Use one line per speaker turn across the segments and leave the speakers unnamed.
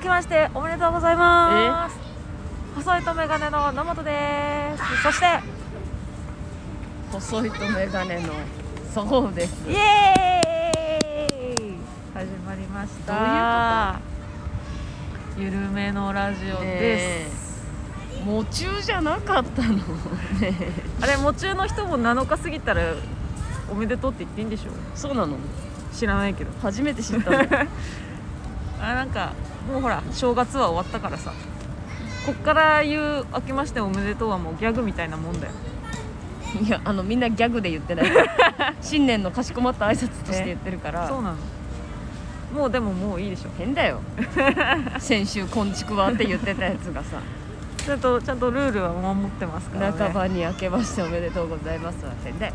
きましておめでとうございます細いとメガネの野本ですそ して
細いとメガネのそうです
イエーイ始まりましたゆるめのラジオ
ね
です、
夢中じゃなかったのね
あれ夢中の人も7日過ぎたらおめでとうって言っていいんでしょ
そうなの
知らないけど
初めて知ったの
あなんかもうほら正月は終わったからさこっから言う「明けましておめでとう」はもうギャグみたいなもんだよ
いやあのみんなギャグで言ってないから新年のかしこまった挨拶として言ってるから、
そうなのもうでももういいでしょ
変 だよ先週「こんちくわ」って言ってたやつがさ
ちゃんとちゃんとルールは守ってますから、ね、
半ばに明けましておめでとうございますは変だよ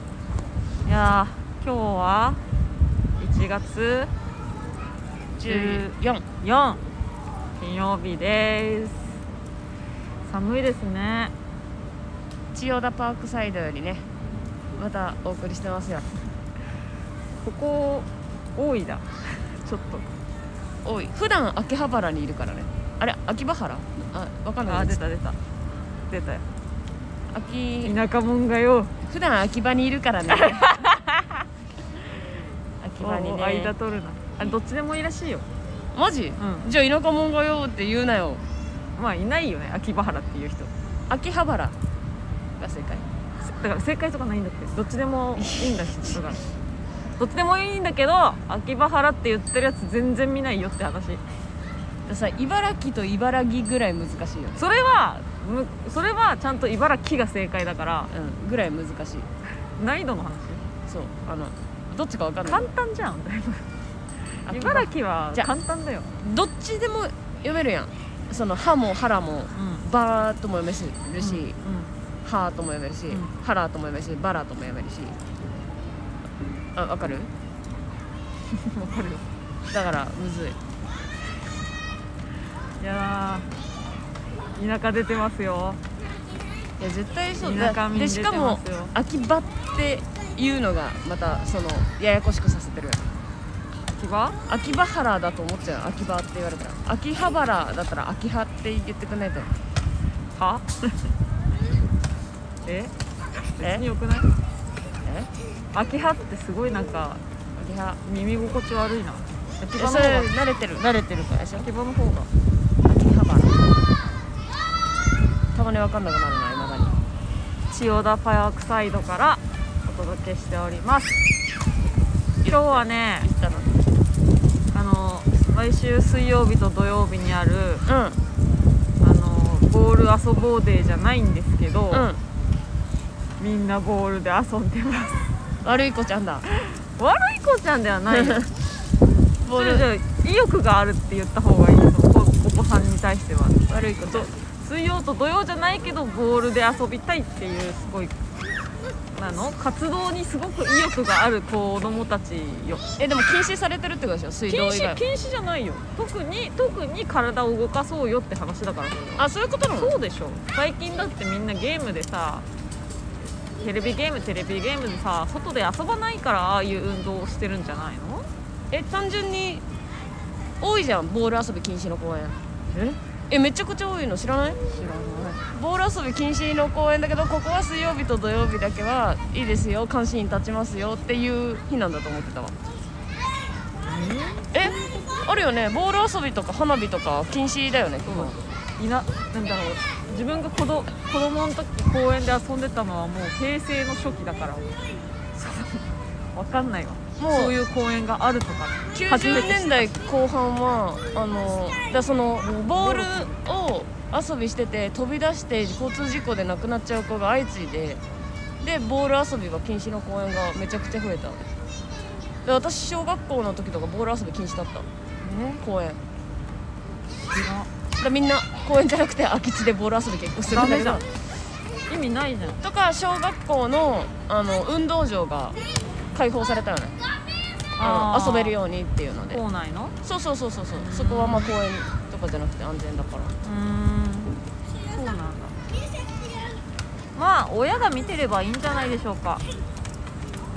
いやー今日は1月
14
4金曜日です寒いですね
千代田パークサイドよりねまたお送りしてますよ
ここ多いだ ちょっと
おい普段秋葉原にいるからねあれ秋葉原あわかんな
あ
い
出た出た出たよ
秋
田舎者がよ
普段秋葉にいるか らね秋葉に
お間
ね
取るなあどっちでもいいらしいよ
マジ、
う
じゃあ田舎もんがよって言うなよ
まあいないよね秋葉原っていう人
秋葉原が正解
せだから正解とかないんだってどっちでもいいんだしだからどっちでもいいんだけど秋葉原って言ってるやつ全然見ないよって話
でさ茨城と茨城ぐらい難しいよね
それはむそれはちゃんと茨城が正解だから
うんぐらい難しい
難易度の話
そうあのどっちかわかんない
簡単じゃ んだいぶ
秋葉
茨城は
じゃあ
簡単だよ、
どっちでも読めるやんその歯も腹も
うん
バーとも読めるし、
うん
ハーとも読めるし、
うん
ハラーとも読めるしバラーとも読めるしあわかる
わかるよ
だからむずい
いやー田舎出てますよ
いや絶対そう
田
だ
舎民
で
出
してかも
ますよ
秋葉っていうのがまたそのややこしくさせてる
秋葉
秋葉原だと思っちゃう秋葉って言われたら秋葉原だったら秋葉って言ってくんないと
は え
え
別によくない
え
秋葉ってすごいなんか
秋葉
耳心地悪いな秋
え
葉の
そ
方
れ
が
慣れてる慣れてるからでしょ
秋葉の方が
秋葉原たまに分かんなくなるないまだに
千代田パークサイドからお届けしております今日はね
言ったの
あの毎週水曜日と土曜日にある
うん
あのボール遊ぼうデーじゃないんですけど、
うん
みんなボールで遊んでます
悪い子ちゃんだ
悪い子ちゃんではない よ
ボ
そ
ー
れ
ル
じゃ意欲があるって言った方がいいと思うおお子さんに対しては
悪い子ちゃん
水曜と土曜じゃないけどボールで遊びたいっていうすごいなの活動にすごく意欲がある子供たちよ
えでも禁止されてるってことでしょ水
禁
道以外
止
は
禁止じゃないよ特に特に体を動かそうよって話だからそれは
あそういうことなの
そうでしょ最近だってみんなゲームでさテレビゲームテレビゲームでさ外で遊ばないからああいう運動をしてるんじゃないの
え単純に多いじゃんボール遊び禁止の公園
え
えめちゃくちゃ多いの知らな
知
い
らない
ボール遊び禁止の公園だけどここは水曜日と土曜日だけはいいですよ監視員立ちますよっていう日なんだと思ってたわえあるよねボール遊びとか花火とか禁止だよね基本
いななんだろう自分が子ど子供の時公園で遊んでたのはもう平成の初期だからそう分かんないわ
もう
そういう公園があるとか初めて
90
知っ
年代後半はあのだそのボールを遊びしてて飛び出して交通事故で亡くなっちゃう子が相次いででボール遊びが禁止の公園がめちゃくちゃ増えたで私小学校の時とかボール遊び禁止だった
ね
公園だ
違
からみんな公園じゃなくて空き地でボール遊び結構す
う
る
ダ
んだ
メ
け
じゃ
ど
ん意味ないじゃん
とか小学校のあの運動場が開放されたよねあの遊べるようにっていうので
校内の
そうそうそうそうそうそこはまあ公園とかじゃなくて安全だから
うーんそうなんだまあ親が見てればいいんじゃないでしょうか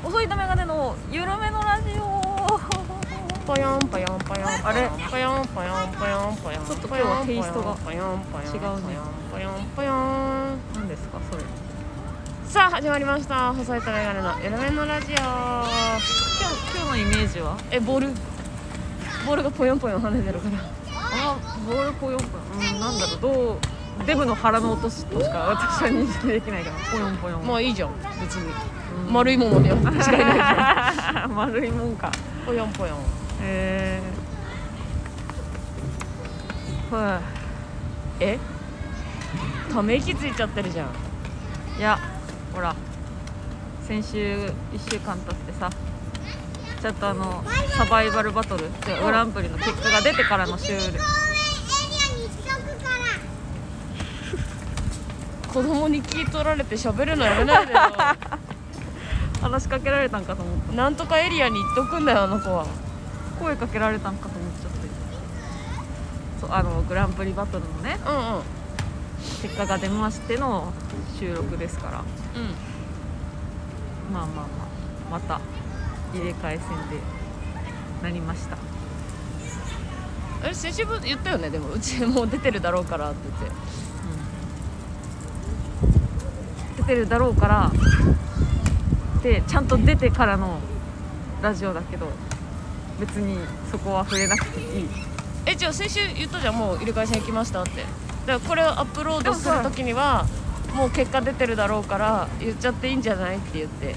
遅いとメガネの緩めのラジオ
パヤンパヤンパヤン
あれ
パヤンパヤンパヤンパヤン
ちょっと今日はテイストが
パヤンパヤンパヤン
違うね
パヤンパヤン
何ですかそれ
さあ始まりました細いとメガネのエルメンのラジオ
今日今日のイメージは
えボールボールがポヨンポヨン跳ねてるから
あボールポヨンポヨンうんなんだろうどうデブの腹の音としか私は認識できないからポヨンポヨン
まあいいじゃん別に丸いものには違いないじゃん
丸いもんか
ポヨンポヨン
えー、は
えため息ついちゃってるじゃん
いいやほら先週1週間経ってさちょっとあのサバイバルバトルっていうグランプリの結果が出てからの週
子供に聞い取られて喋るのやめないで よ
話しかけられたんかと思った
なんとかエリアに行っとくんだよあの子は
声かけられたんかと思っちゃってそうあのグランプリバトルのね
うんうん
結果が出ましての収録ですから
うん
まあまあまあまた入れ替え戦でなりました
あれ先週分言ったよねでもうちもう出てるだろうからって言って
出てるだろうからでちゃんと出てからのラジオだけど別にそこは触れなくていい
えじゃあ先週言ったじゃんもう入れ替え戦行きましたってだからこれをアップロー
で
ド
も
す
さ
る時にはもう結果出てるだろうから言っちゃっていいんじゃないって言って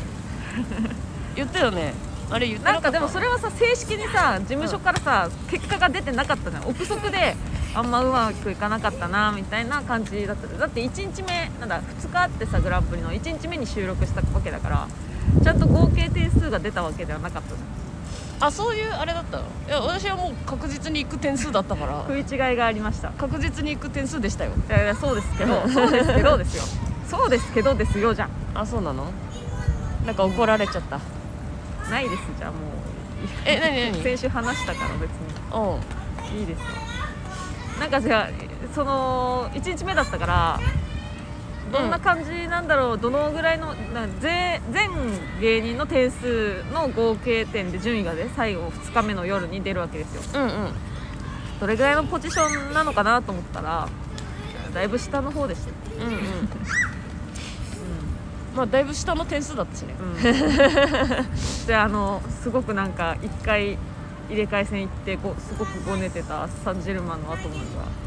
言ったよねあれ言って
な
か
ん
った
かでもそれはさ正式にさ事務所からさ、結果が出てなかったじゃん憶測であんまうまくいかなかったなみたいな感じだっただって1日目なんだ2日あってさグランプリの1日目に収録したわけだからちゃんと合計点数が出たわけではなかったじゃん
あそういうあれだったのいや私はもう確実に行く点数だったから
食い違いがありました
確実に行く点数でしたよ
いやいやそうですけ どそうですけどですよそうですけどですよじゃん
あそうなのなんか怒られちゃった
ないですじゃあも
えなになに
う先週話したから別
うん
にいいですよなんかじゃあその1日目だったからどんな感じなんだろう、どのぐらいのな全全芸人の点数の合計点で順位がね最後2日目の夜に出るわけですよ
うんうん
どれぐらいのポジションなのかなと思ったらだいぶ下の方でした、
うんうんまあだいぶ下の点数だったしね
うんであのすごくなんか1回入れ替え戦行ってごすごくごねてたサンジェルマンの後も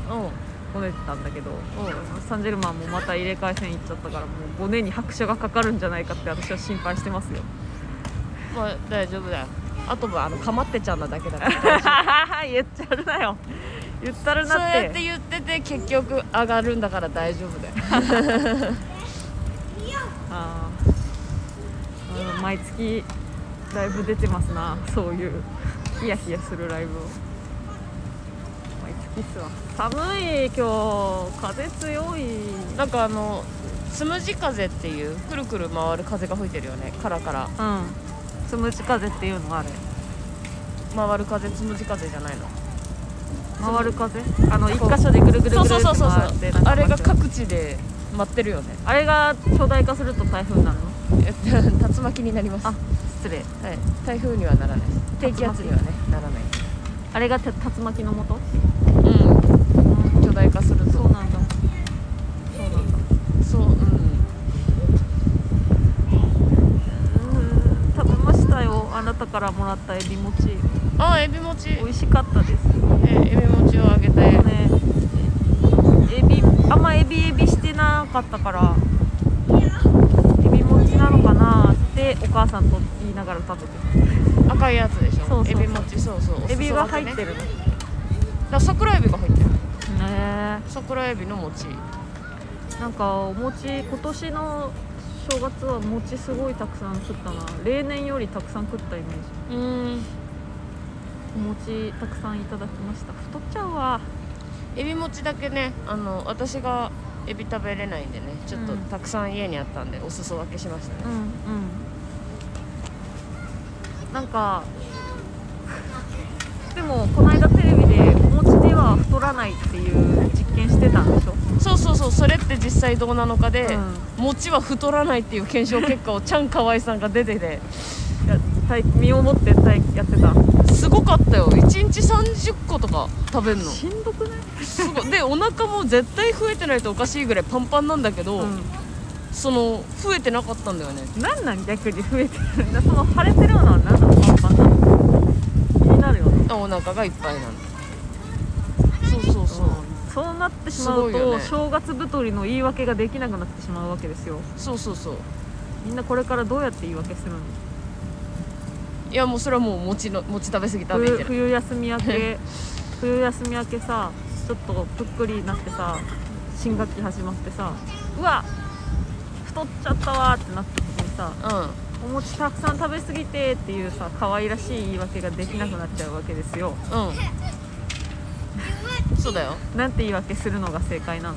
が
うん
ごねてたんだけど、サンジェルマンもまた入れ替え戦行っちゃったからもう5年に拍車がかかるんじゃないかって私は心配してますよ
まあ大丈夫だよあとはあのかまってちゃんなだけだか ら
言っちゃるなよ言ったる
そう
なって
やって言ってて結局上がるんだから大丈夫だよ
あーあの毎月ライブ出てますなそういうヒヤヒヤするライブを毎月っすわ寒い今日風強い
なんかあのつむじ風っていうくるくる回る風が吹いてるよねカラカラ
うんつむじ風っていうのあれ
回る風つむじ風じゃないの
回る風あの一箇所でぐるぐる
そ
ぐ
う
るぐ
そう
る
そう
って回って
そう
なんか
あれが
待ってる
各地で待ってるよね
あれが巨大化すると台風なの
え 竜巻になります
あ失礼
はい、台風にはならない低気圧にはねならない
あれがた竜巻のもと
うん巨大化すると
そうなんだそうなんだ
そううん
うん食べましたよあなたからもらったエビ餅
あエビ餅え
美味しかったです
エビ餅をあげて
ねエビあんまエビエビしてなかったからエビ餅なのかなってお母さんと言いながら食べて
赤いやつでし
そ
ょ
うそうそう
エビ餅そうそうお
たエ
裾分けね
ビが入ってるのね
だから桜エビが入ってる
え
桜エビの餅
なんかお餅今年の正月は餅すごいたくさん食ったな例年よりたくさん食ったイメージ
うん
お餅たくさんいただきました太っちゃうわ
エビ餅だけねあの私がエビ食べれないんでねちょっと
うん
たくさん家にあったんでお裾分けしましたね
うんうんなんかでもこの間テレビでお餅では太らないっていう実験してたんでしょ、
そうそうそうそれって実際どうなのかで、
うん
餅は太らないっていう検証結果をちゃんかわいさんが出てて
や体身をもって体やってた
すごかったよ1日30個とか食べるの
しんどくない、
すごいでお腹も絶対増えてないとおかしいぐらいパンパンなんだけど、
う
その増えてなかったんだよね
ん、なんなん逆に増えてるんだその腫れてるのは何なのパンパンなの気になるよね
お腹がいっぱいなのそうそうそう、
そうなってしまう
すごい
と、
よね
正月太りの言い訳ができなくなってしまうわけですよ
そうそうそう
みんなこれからどうやって言い訳するの
いやもうそれはもう餅の餅食べ過ぎたみた
冬
いな
冬休み明け 冬休み明けさちょっとぷっくりになってさ新学期始まってさうわ太っちゃったわーってなった時にさ
うん
お餅たくさん食べ過ぎてっていうさ可愛らしい言い訳ができなくなっちゃうわけですよ
うんそうだよ
なんて言い訳するのが正解なの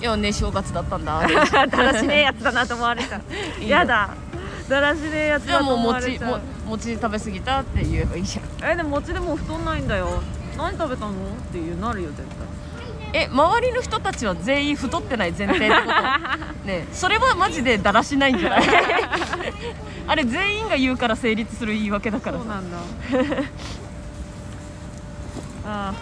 いやね正月だったん だ
だらしねえやつだなと思われちゃう
いいよ
やだだらしねえやつ
じ
だ
ゃあも
と
う
思われ
餅
ちゃ
も
う
餅食べ過ぎたって言えばいいじゃん
えでも餅でもう太んないんだよ何食べたのっていうなるよ絶対
え周りの人たちは全員太ってない前提ってことね えそれはマジでだらしないんじゃない あれ全員が言うから成立する言い訳だから
そう
さ
なんだあ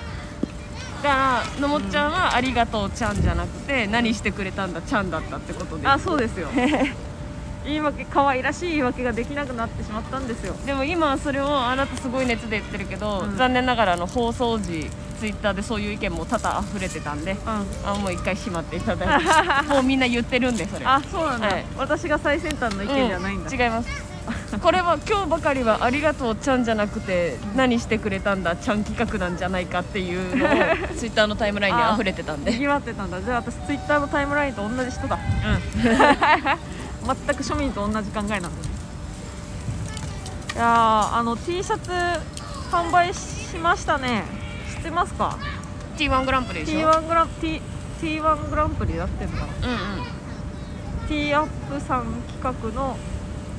だからのもっちゃんは「ありがとうちゃん」じゃなくて「何してくれたんだちゃん」だったってことで
ああそうですよ 言い訳可愛らしい言い訳ができなくなってしまったんですよ
でも今それをあなたすごい熱で言ってるけど、
うん
残念ながらあの放送時ツイッターでそういう意見も多々溢れてたんで
うん
あもう一回しまっていただ いてもうみんな言ってるんでそれ
あそうなんだ、
はい
私が最先端の意
意
見じゃないんだ、
違いますこれは今日ばかりは「ありがとうちゃん」じゃなくて「何してくれたんだちゃん」企画なんじゃないかってい うのをツイッターのタイムラインに溢れてたん
に
で
ぎわってたんだじゃあ私ツイッターのタイムラインと同じ人だ 全く庶民と同じ考えなんだねいやーあの T シャツ販売しましたね知ってますか
T1 グランプリでしょ
T1 グラン T T1 グランプリやってんだ
うんうん
T アップさん企画の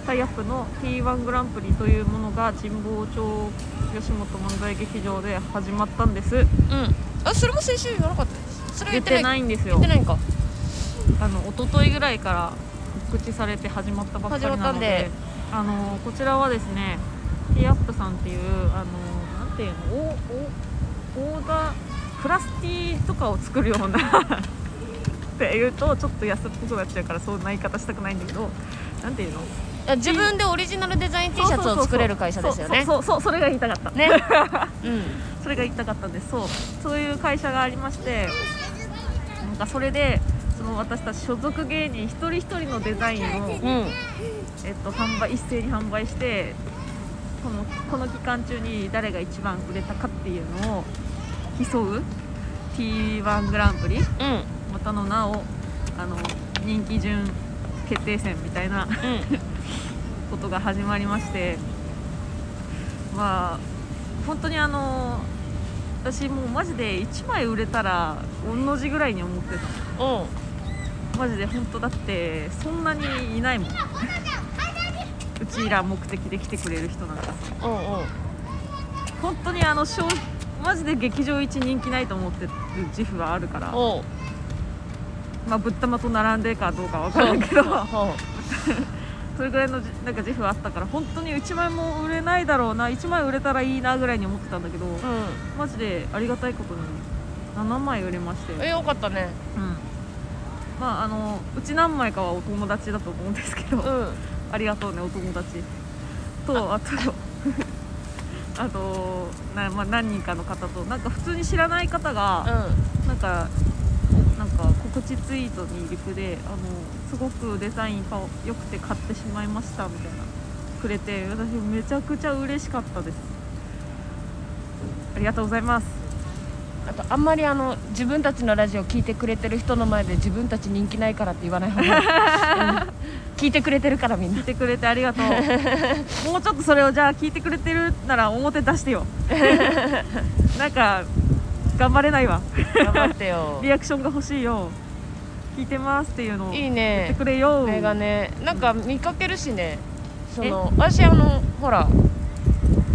タイアップの T1 グランプリというものが神保町吉本漫才劇場で始まったんです
うんあそれも先週言わなかったですそれは
言っ
言ってて
な
ない
いんです
言
よ
ってないんか
あの一昨日ぐらいから告知されて始まったばっかり
始ま
な
った
の
ん
で
で
あのこちらはですね T アップさんっていうあのなんていうのおおオーダークラスティーとかを作るような って言うとちょっと安っぽくなっちゃうからそんな言い方したくないんだけどなんていうの
あ自分でオリジナルデザイン T シャツを作れる会社ですよね
そうそうそうそうそれが言いたかった
ねうん
それが言いたかったんですそうそういう会社がありましてなんかそれでその私たち所属芸人一人一人のデザインを、
うん
えっと、販売一斉に販売してこのこの期間中に誰が一番売れたかっていうのを競う T1 グランプリ
うんうん
またの名をあの人気順決定戦みたいなことが始まりましてまあ本当にあの私もうマジで1枚売れたら同じぐらいに思ってた
うん
マジで本当だってそんなにいないもんうちら目的で来てくれる人なんかさ
うんうん
本当にあの小マジで劇場一人気ないと思ってる自負はあるから、
おう
まあ、ぶったまと並んでかどうかわからんけど
は
それぐらいのじなんか自負はあったから本当に1枚も売れないだろうな1枚売れたらいいなぐらいに思ってたんだけど、
あう
マジでありがたいことに7枚売れまして、うん
えよかったね
ん、まああのうち何枚かはお友達だと思うんですけど、
うん
ありがとうねお友達とあと あとな、まあ、何人かの方となんか普通に知らない方が、なんかなんか告知ツイートにリプであのすごくデザインか良くて買ってしまいましたみたいなくれて私めちゃくちゃ嬉しかったですありがとうございます
あとあんまりあの自分たちのラジオ聞いてくれてる人の前で自分たち人気ないからって言わない方がいい、うん聞いてくれてるからみん
聞
ない
てくれてありがとう もうちょっとそれをじゃあ聞いてくれてるなら表出してよなんか頑張れないわ
頑張ってよ
リアクションが欲しいよ聞いてますっていうのを
い
言
い
って
ね
くれよ
これがねなんか見かけるしねその私あのほら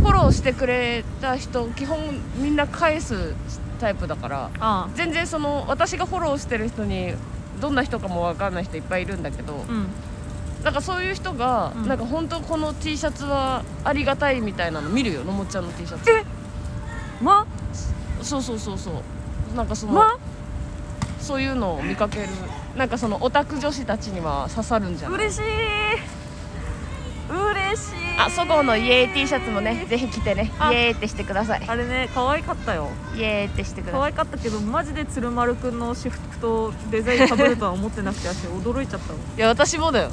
フォローしてくれた人基本みんな返すタイプだから
あ
全然その私がフォローしてる人にどんな人かも分かんない人いっぱいいるんだけど、
あうん
なんかそういう人が、
うん
なんか本当この T シャツはありがたいみたいなの見るよのもっちゃんの T シャツ
えま
そうそうそうそうなんかその、
ま
そういうのを見かけるなんかそのオタク女子たちには刺さるんじゃない
嬉しい嬉しい
あそごのイエーイ T シャツもねぜひ着てね
あ
イエーイってしてください
あれね可愛かったよ
イエーイってしてくだ
可
さい
愛かったけどマジで鶴丸くんの私服とデザインかぶるとは思ってなくて私驚いちゃったの
いや私もだよ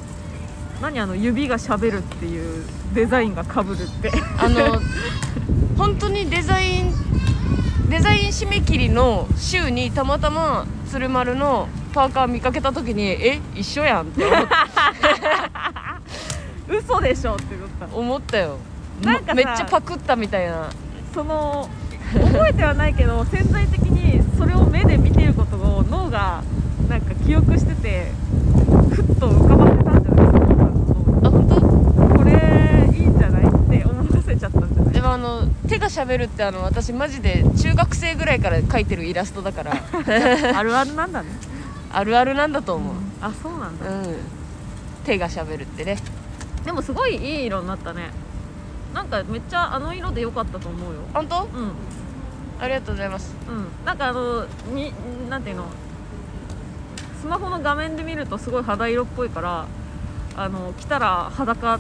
何あの指がしゃべるっていうデザインがかぶるって
あの 本当にデザインデザイン締め切りの週にたまたま鶴丸のパーカー見かけた時にえ一緒やんって思っ
嘘でしょって思った
思った よ
なんかさ
めっちゃパクったみたいな
その覚えてはないけど潜在的にそれを目で見ていることを脳がなんか記憶しててふっと浮かばせたんじゃないですか
あ本
これいいんじゃないって思わせちゃったんじゃ
当
ない
でもあの手がしゃべるってあの私マジで中学生ぐらいから描いてるイラストだ から
あるあるなんだね
あるあるなんだと思う
あそうなんだ
うん手がしゃべるってね
でもすごいいい色になったねなんかめっちゃあの色で良かったと思うよ
本当
うん
ありがとうございます
うん、なんかあのになんていうのスマホの画面で見るとすごい肌色っぽいからあの着たら裸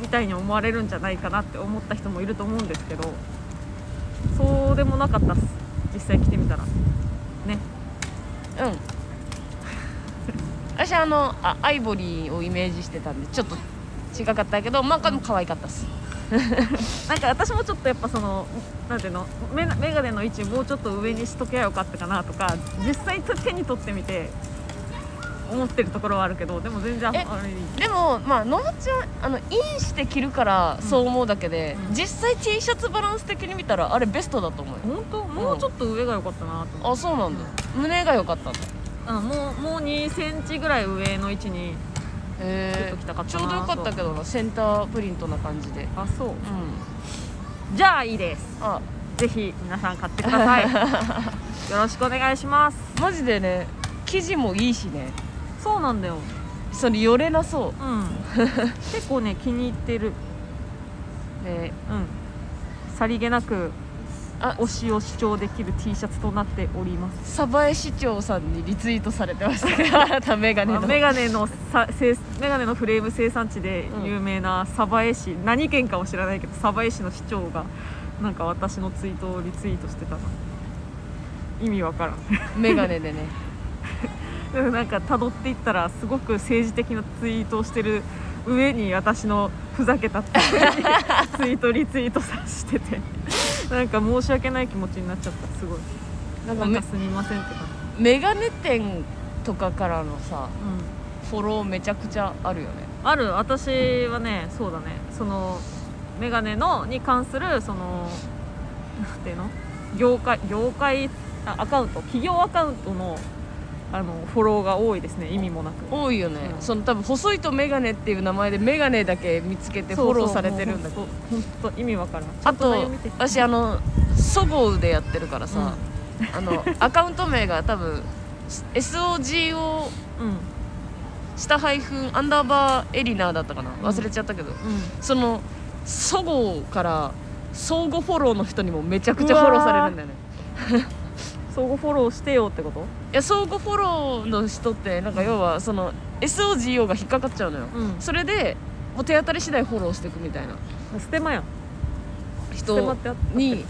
みたいに思われるんじゃないかなって思った人もいると思うんですけどそうでもなかったっす実際着てみたらね
うん私あのあアイボリーをイメージしてたんでちょっと違かったけどまあでも可愛かったっす
なんか私もちょっとやっぱそのなんていうのメメガネの位置もうちょっと上にしとけばよかったかなとか実際手に取ってみて思ってるところはあるけどでも全然あ
え
あれいい
でもまあ野茂ちゃんあのインして着るからそう思うだけで、
うん
実際 T シャツバランス的に見たらあれベストだと思うよ
本当もうちょっと上が良かったなと思って
あそうなんだ胸が良かったんだ
あもうもう2センチぐらい上の位置にちょ
へ
っと着たか
え
ったな
ちょうどよかったけどなセンタープリントな感じでうん
あそうじゃあいいです
あ
ぜひ皆さん買ってくだ さいよろしくお願いします
マジでね生地もいいしね
そうなんだよ
それよれなそ
うん 結構ね気に入ってる
うね
うんさりげなく
あ
推しを主張できる T シャツとなっております
鯖江市長さんにリツイートされてました からあなたメガネ
ま
の
あメガネのさ生メガネのフレーム生産地で有名な鯖江市、何県かは知らないけど鯖江市の市長がなんか私のツイートをリツイートしてたな意味わからん
メガネでね
でもなんか辿っていったらすごく政治的なツイートをしてる上に私のふざけたツイ ートリツイートさしててなんか申し訳ない気持ちになっちゃったすごい
なんか
なん
メ
かすみませんって感
メガネ店とかからのさ
じ、
フォローめちゃくちゃあるよね
うん、ある私はねそうだねそのメガネのに関するそのなんていうの業界業界あアカウント企業アカウントのあのフォローが多いですね意味もなく
多いよね、
うん
その多分細いとメガネっていう名前でメガネだけ見つけてフォローされてるんだけど
ど本当意味わからん
あと私あのそごうでやってるからさ、あのアカウント名が多分 SOGO
うんうん
下ハイフンアンダーバーエリナーだったかな忘れちゃったけど、そのそごうから相互フォローの人にもめちゃくちゃフォローされるんだよね
相互フォローしてよってこと
いや相互フォローの人ってなんか要はその SOGO が引っかかっちゃうのよ、
うん
それでもう手当たり次第フォローしていくみたいな
ステマやんステマ
人
ってあっ
に
なんか、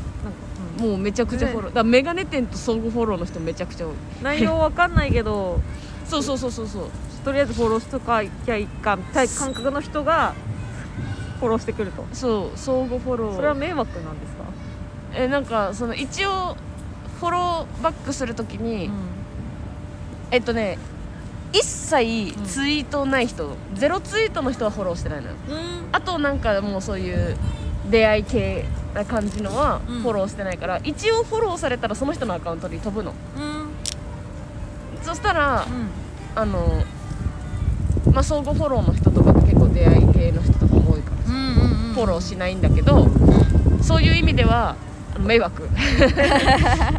うん
もうめちゃくちゃフォロー、だからメガネ店と相互フォローの人めちゃくちゃ多い
内容わかんないけど
そうそうそうそうそう
とりあえずフォローしとかきゃいかんみたいな感覚の人がフォローしてくると
そう相互フォロー
それは迷惑なんですか、
えなんかその一応フォローバックするときに、えっとね一切ツイートない人、ゼロツイートの人はフォローしてないのよ
うん
あとなんかもうそういう出会い系な感じのは
うん
フォローしてないから、一応フォローされたらその人のアカウントに飛ぶの
うん
そしたらあのまあ相互フォローの人とかって結構出会い系の人とか多いか
うん
ら
うんうん
フォローしないんだけどそういう意味ではあの迷 惑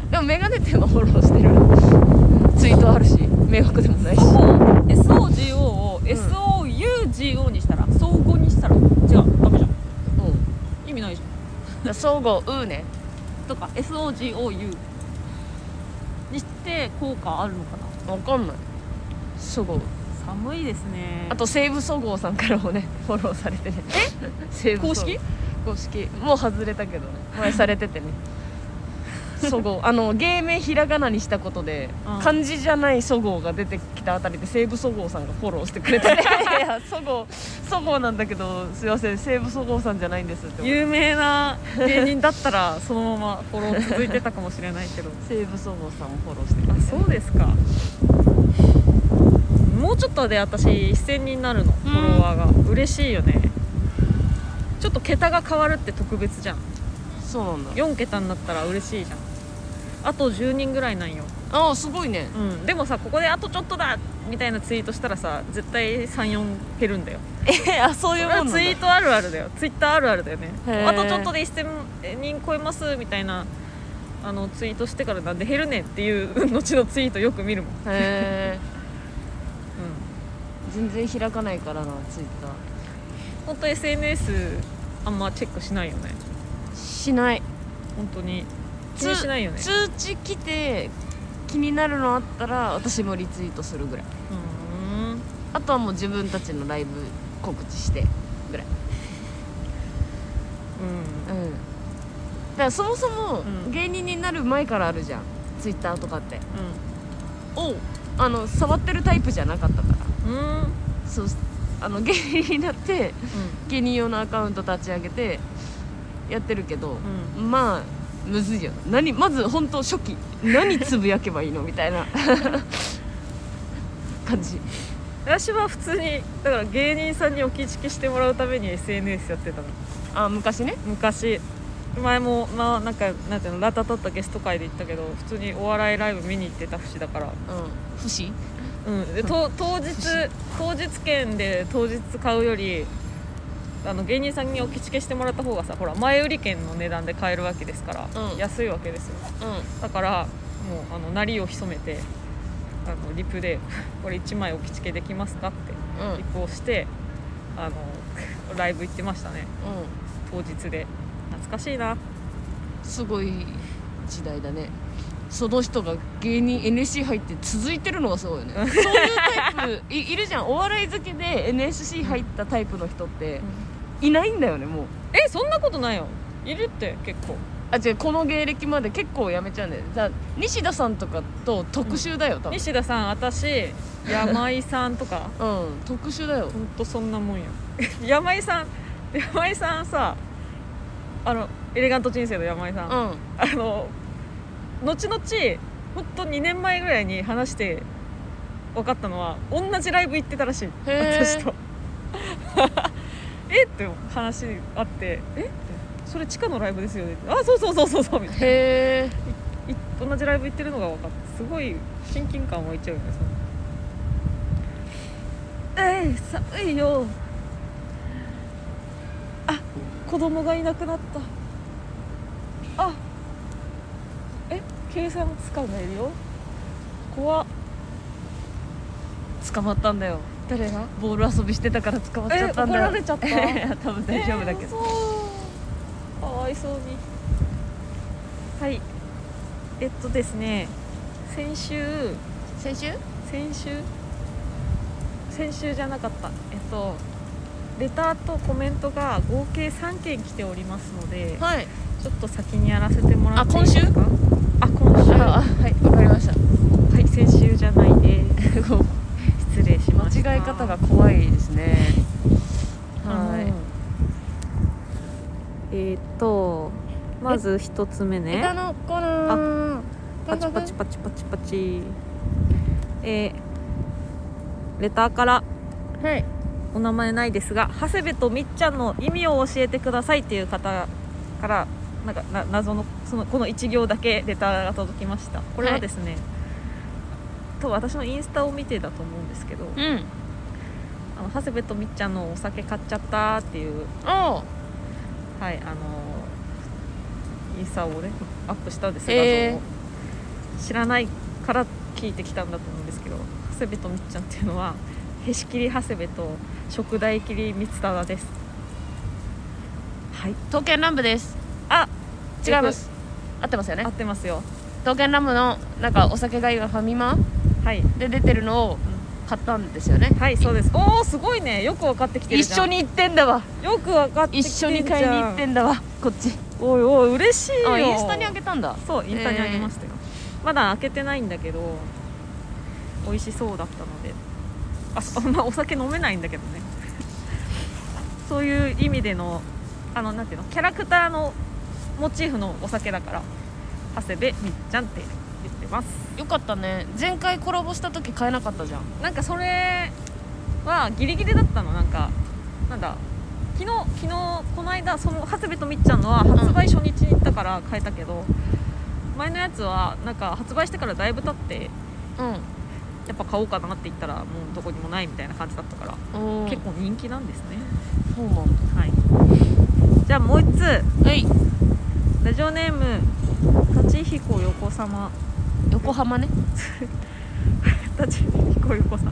でもメガネ店はフォローしてるツイートあるし迷惑でもないし
SOGO を SOUGO したら違うダメじゃん
うん
意味ないじゃん
だから相互うね
とか SOGOU にして効果あるのかな
わかんないそごう
寒いですね
あと西武そごうさんからもねフォローされてねえ西武
公
そごう
式
公式もう外れたけどね前されててねそごうあの芸名ひらがなにしたことで、
うん
漢字じゃないそごうが出てきたあたりで西武そごうさんがフォローして くれてねいやそごうそごうなんだけどすいません西武そごうさんじゃないんですって
有名な芸人だったらそのままフォロー続いてたかもしれないけど
西武そごうさんをフォローしてく れ
あ
て
そうですかもうちょっとで私1000人になるのフォロワーが、嬉しいよねちょっと桁が変わるって特別じゃん
そうなんだ
4桁になったら嬉しいじゃんあと10人ぐらいなんよ、
ああすごいね
うん、でもさここであとちょっとだみたいなツイートしたらさ絶対34減るんだよ
えあそうい
それ
うもん
は
なんだ
ツイートあるあるだよツイッターあるあるだよね
へー
あとちょっとで1000人超えますみたいなあのツイートしてからなんで減るねんっていう後のツイートよく見るもん、うん、
へえ全然開かないからなツイッター
本当 SNS あんまチェックしないよね
しない
本当に気にしないよね
つ通知来て気になるのあったら私もリツイートするぐらいう
ーん
あとはもう自分たちのライブ告知してぐらいうんだからそもそも
うん
芸人になる前からあるじゃんツイッターとかって
う
をあの触ってるタイプじゃなかったから
んうんうん
そうあの芸人になって芸人用のアカウント立ち上げてやってるけど、まあむずいよ何まず本当初期何つぶやけばいいのみたいな 感じ
私は普通にだから芸人さんにお気付きしてもらうために SNS やってたの
あ昔ね
昔前もまあなんかなんていうのラタタったゲスト会で言ったけど普通にお笑いライブ見に行ってた節だから、
うん不死
うん、で と当日当日券で当日買うよりあの芸人さんにお気付けしてもらった方がさほら前売り券の値段で買えるわけですから、
うん
安いわけですよ
う
だからもうあのなりを潜めてあのリプで 「これ1枚お気付けできますか?」って
んうん
リプをしてあのライブ行ってましたね当日で懐かしいな
すごい時代だねその人が芸人 NSC 入って続いてるのがすごいよねそういうタイプいいるじゃんお笑い好きで NSC 入ったタイプの人っていないんだよねもう
えそんなことないよいるって結構
あ違うこの芸歴まで結構やめちゃうんだよだ西田さんとかと特集だよ多分
西田さん私山井さんとか
うん特殊だよ
ほんとそんなもんよ 山井さん山井さんさあのエレガント人生の山井さん、
うん
あの後々ほんと2年前ぐらいに話して分かったのは同じライブ行ってたらしい
へー
私と えって話あって「えそれ地下のライブですよね」あそうそうそうそうそう」みたいな。
へえ
い同じライブ行ってるのが分かってすごい親近感湧いちゃうよねそのえい寒いよあ子供がいなくなったあえ計算つかないよ怖っ
捕まったんだよ
誰が
ボール遊びしてたから捕まっちゃったんだ
え怒られち ゃった
いや 多分大丈夫だけ
えーそ
ど、
うかわいそうにはいえっとですね先週
先週
先週先週じゃなかったえっとレターとコメントが合計3件来ておりますので
はい
ちょっと先にやらせてもらっていい
あ今
で
週
すかあ今週
あ
は
はいわかりました
い先週じゃない です失礼しました
間違い方が怖いですね
は
はい
えーっとまず一つ目
い
ね
枝のコーナー
パチパチパチパチパチえーレターから
はい
お名前ないですが長谷部とみっちゃんの意味を教えてくださいっていう方からなんかな謎のそのこの1行だけレターが届きましたこれはですね、と私のインスタを見てだと思うんですけど
うん
あの長谷部とみっちゃんのお酒買っちゃったっていう
おう
はいあのインスタをねアップしたんですが、
えー
その知らないから聞いてきたんだと思うんですけど長谷部とみっちゃんっていうのはへし切り長谷部と食大切り三田ですはい
刀剣乱舞です
あ
違います合ってますよね
合ってますよ
刀剣乱舞のなんかお酒が今ファミマ
はい
で出てるのを買ったんですよね
はいそうですおおすごいねよく分かってきてるじ
一
ゃ
緒
ん
に行ってんだわ
よく分かってきてる
一
じゃ
緒
ん
に買いに行ってんだわこっち
おいおい嬉しいよ
あインスタにあげたんだ
そうインスタにあげましたよ、まだ開けてないんだけど美味しそうだったのであそ んなお酒飲めないんだけどね そういう意味でのあのなんていうのキャラクターのモチーフのお酒だから長谷部みっちゃんって言ってます
よかったね前回コラボした時買えなかったじゃん
なんかそれはギリギリだったのなんかなんだ昨日昨日この間その長谷部とみっちゃんのは発売初日に行ったから変えたけど、前のやつはなんか発売してからだいぶ経って
う
やっぱ買おうかなって言ったらもうどこにもないみたいな感じだったから、
ん
結構人気なんですね
そうなん
はいじゃあもう1つ
だはい
ラジオネーム立彦横様
横浜ね
立彦横さん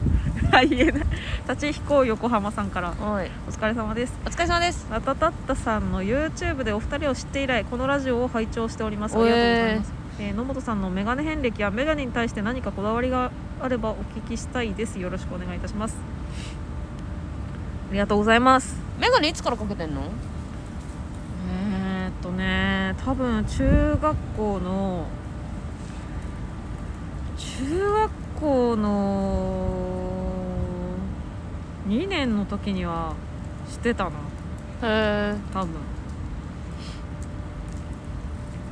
あ言えない立彦横浜さんから
はい
お疲れ様です
お疲れ様です
ラタタッタさんの YouTube でお二人を知って以来このラジオを拝聴しておりますあ
お
り
え
がとうございます、えー野本さんのメガネ遍歴やメガネに対して何かこだわりがあればお聞きしたいですよろしくお願いいたしますありがとうございます
メガネいつからかけてんの
えーっとね多分中学校の中学校の2年の時にはしてたな
へえ
多分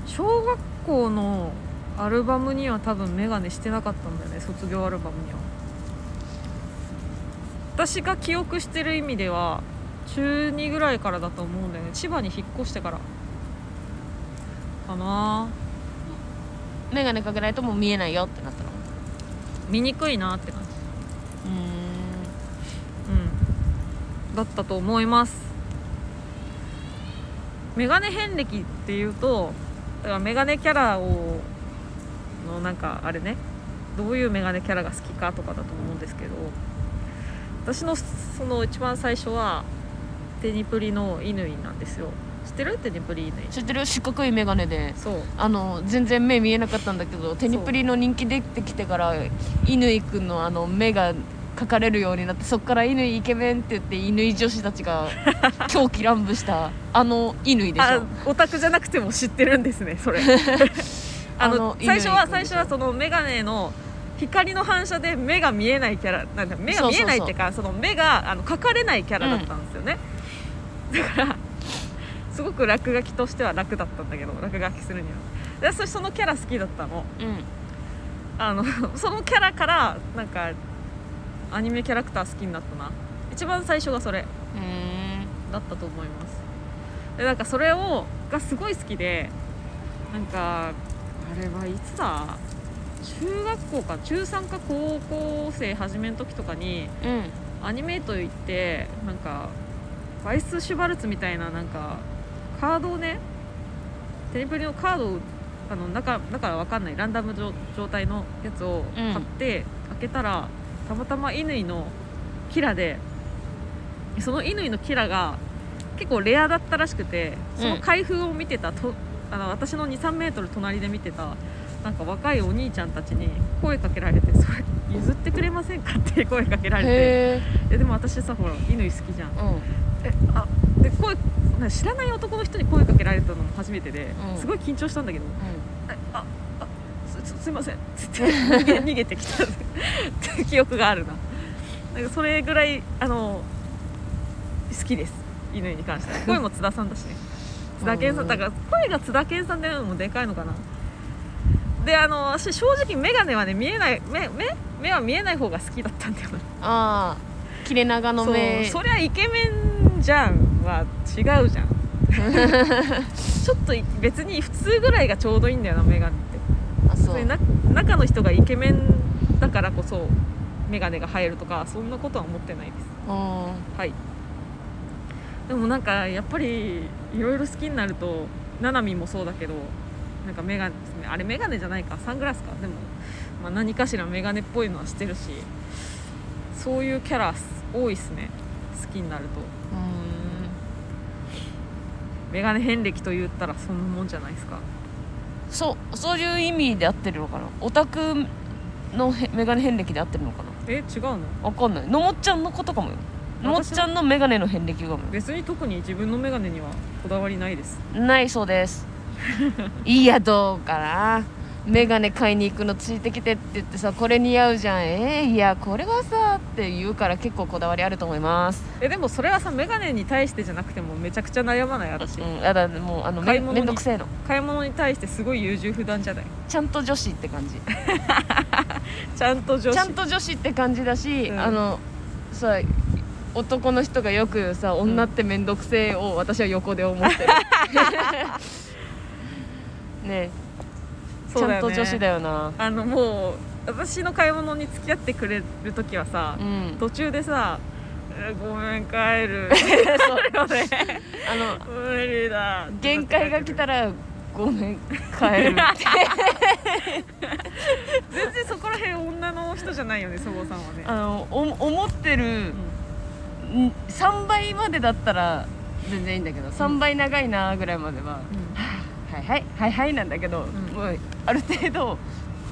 小学校のアルバムには多分メガネしてなかったんだよね卒業アルバムには私が記憶してる意味では中2ぐらいからだと思うんだよね千葉に引っ越してからかな
メガネかけないともう見えないよってなったの
見にくいなって感じ
う
うんだったと思いますメガネ遍歴っていうとだからメガネキャラをのなんかあれねどういうメガネキャラが好きかとかだと思うんですけど私のその一番最初はテニプリの乾なんですよ知ってるテニプリ乾
ん知ってる四角いメガネで
そう
あの全然目見えなかったんだけどテニプリの人気出てきてから乾くんのあの目が描かれるようになってそっから乾イケメンって言って乾女子たち が狂気乱舞したあの乾でしょ
あオタクじゃなくても知ってるんですねそ れあの
あの
最初は最
乾
初はその眼鏡の光の反射で目が見えないキャラなんだ目が見えないっていうかその目があの描かれないキャラだったんですよね、だからすごく落書きとしては楽だったんだけど落書きするにはで私そのキャラ好きだったの
うん
あの そのキャラからなんかアニメキャラクター好きになったな一番最初がそれ
うーん
だったと思いますでなんかそれをがすごい好きでなんかあれはいつだ中学校か中3か高校生始めの時とかに
うん
アニメート行ってなんかバイス・シュバルツみたいななんかカードをねテレプリのカードをあの中中わかんないランダム状状態のやつを買って、開けたらたまたま乾のキラでその乾のキラが結構レアだったらしくてその開封を見てたと、あの私の2 3メートル隣で見てたなんか若いお兄ちゃんたちに声かけられて「それ譲ってくれませんか?」って声かけられて。
へえ
いやでも私さほら乾好きじゃん
うん
えあで声な知らない男の人に声かけられたのも初めてで、
うん
すごい緊張したんだけど
う
えああすすすいません っつって逃げ逃げてきた って記憶があるななんかそれぐらいあの好きです乾に関して は声も津田さんだしね津田健さ
うんん
だから声が津田健さんでもでかいのかなであの私正直眼鏡はね見えない目目目は見えない方が好きだったんだよなん
ああ切れ長の目
そうそりゃイケメンじゃんは違うじゃんちょっとい別に普通ぐらいがちょうどいいんだよなメガネって
あ
そ
そう
れな中の人がイケメンだからこそメガネが入るとかそんなことは思ってないです
うん
はいでもなんかやっぱりいろいろ好きになるとななみもそうだけどなんかメガネあれメガネじゃないかサングラスかでも、まあ、何かしらメガネっぽいのはしてるしそういうキャラ多いっすね好きになると
うーん
メガネ遍歴と言ったらそんなもんじゃないですか
そうそういう意味で合ってるのかなオタクのへメガネ遍歴で合ってるのかな
え違うの
わかんないのもっちゃんのことかもよのもっちゃんのメガネの遍歴かもよ
別に特に自分のメガネにはこだわりないです
ないそうです いやどうかなメガネ買いに行くのついてきてって言ってさこれ似合うじゃんえーいやこれはさって言うから結構こだわりあると思います
えでもそれはさメガネに対してじゃなくてもめちゃくちゃ悩まない私
うんやだもうあの
買
め
い物
め
に
んどくせえの
買い物に対してすごい優柔不断じゃない
ちゃんと女子って感じ
ちゃんと女子
ちゃんと女子って感じだし、
うん
あのさ男の人がよくさ女って面倒くせえを私は横で 思ってるねえち
そうだ
ゃん
よ
と
ね
女子だよな
あのもう私の買い物に付き合ってくれる時はさ、
うん
途中でさ「えーごめん 帰る」
そう
それはね
あの
無理だ
限界が来たらごめん 帰るって
全然そこら辺女の人じゃないよねそごうさんはね
あのお思ってるん3倍までだったら全然いいんだけど3倍長いなぐらいまでは、はいはいはいはいなんだけど、
ん
もうある程度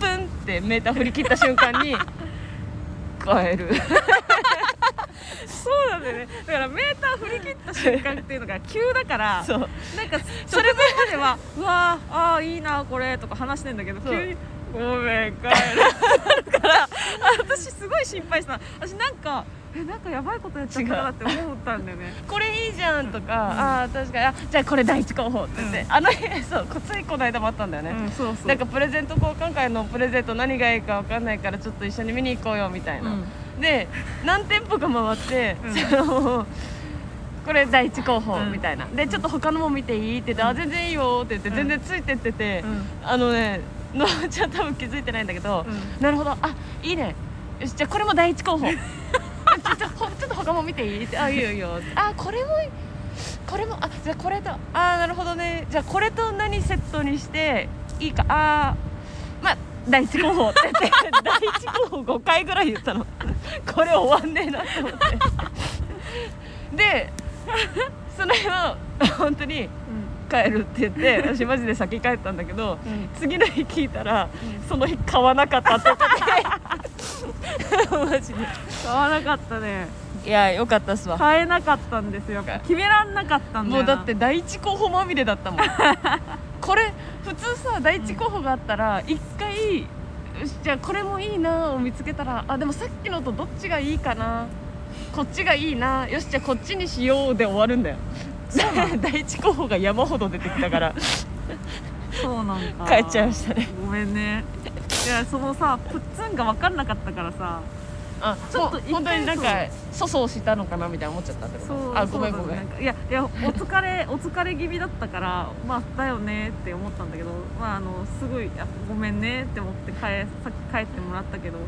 プンってメーター振り切った瞬間 に帰る
そうなんだよねだからメーター振り切った瞬間っていうのが急だ から
そう
なんかそれまでは「うわーあーいいなこれ」とか話してんだけど
そう
急に「ごめん帰る」からあ私すごい心配した私なんかえなんかやばいことやっちゃったなって思ったんだよね
これいいじゃんとか、ああ確かにあじゃあこれ第一候補って言って、
う
あの日そうこついこの間もあったんだよね、
うんそうそう
なんかプレゼント交換会のプレゼント何がいいか分かんないからちょっと一緒に見に行こうよみたいな、で何店舗か回って、
う
そのこれ第一候補
うん
みたいな、でちょっと他のも見ていいって言って、あ全然いいよって言って、
うん
全然ついてってて、
うん
あのねのあちゃん多分気づいてないんだけど、
う
なるほどあいいねよしじゃあこれも第一候補ちょっとほちょっと他も見ていいってあいいよいいよあこれもいいこれもあじゃあこれとあーなるほどねじゃあこれと何セットにしていいかあーまあ第一候補って言って第一候補5回ぐらい言ったのこれ終わんねえなと思ってでその辺は本当に帰るって言って 私マジで先帰ったんだけど
うんうん
次の日聞いたら、その日買わなかったって言ってて マジで
買わなかったね
いやよかったっすわ
買えなかったんですよ決めらんなかったんだ
も
よ
う
な
だって第一候補まみれだ ったもんこれ普通さ第一候補があったら一回よしじゃあこれもいいなを見つけたらあでもさっきのとどっちがいいかなこっちがいいなよしじゃあこっちにしようで終わるんだよ 第一候補が山ほど出てきたから
そうなんか
帰っちゃいましたね
ごめんねいやそのさプッツンが分かんなかったからさ
あ
ちょっと
ほ
一回
本当になん
そ
か粗相したのかなみたいな思っちゃったってこ
そう
とあごめん
そう
ご
だ
め
ね
ん
なんかいやいやお疲れ お疲れ気味だったからまあだよねって思ったんだけどまああのすごいあごめんねって思って帰さっき帰ってもらったけど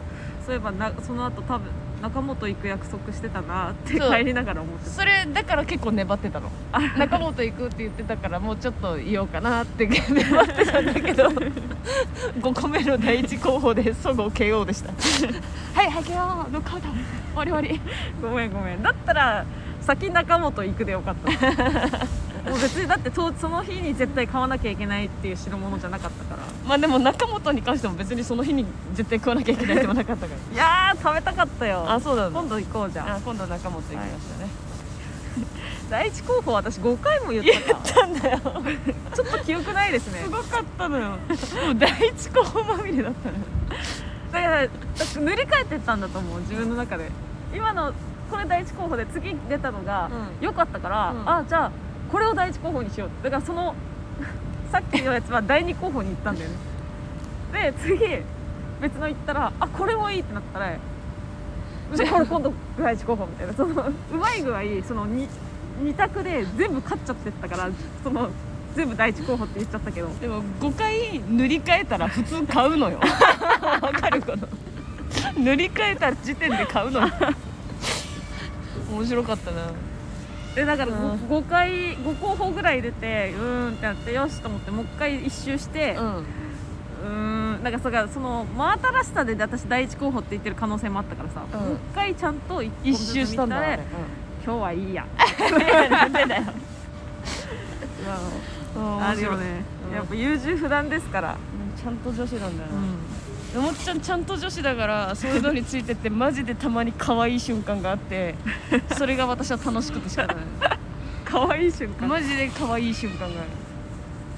そういえばなその後多分中本行く約束してたなって
そう
帰りながら思ってた
それだから結構粘ってたの中本行くって言ってたからもうちょっと言おうかなって粘ってたんだけ ど5個目の第一候補でそごう KO でしたはいはい KO ノックアウト終わり終わ
ごめんごめんだったら先中本行くでよかった もう別にだってとその日に絶対買わなきゃいけないっていう代物じゃなかったから
りまあでも中本に関しても別にその日に絶対食わなきゃいけないでもなかったか
いやー食べたかったよ
らあそうだ
今度行こうじゃん
あ今度中本行きましたね、
第一候補私5回も言ったか
たんだよ
ちょっと記憶ないですね
すごかったのよもう第一候補まみれだったのよ
だから塗り替えてったんだと思う自分の中で今のこれ第一候補で次出たのが
う
良かったから、
うん
あじゃあこれを第一候補にしようだからその さっきのやつは第二候補に行ったんだよねで次別の行ったらあこれもいいってなったらじゃあこれ今度第一候補みたいなそのうまい具合その 2, 二択で全部勝っちゃってったからその全部第一候補って言っちゃったけど
でも5回塗り替えたら普通買うのよ わかるこの塗り替えた時点で買うのよ面白かったな
でだから
うん
5, 回5候補ぐらい出てうーんってなってよしと思ってもう一回一周してう
うん
ーんなんかそれがその真新しさで私第一候補って言ってる可能性もあったからさ、
うん
もう一回ちゃんと一
一周したんだあれ
今日はいいや
うんなんでだよまあ
あるよね、
うん
やっぱ優柔不断ですから、
うんちゃんと女子なんだよなでもっちゃんちゃんと女子だからそういうのについてってマジでたまに可愛い瞬間があ ってそれが私は楽しくてしか ない
可愛い瞬間
マジで可愛い瞬間がある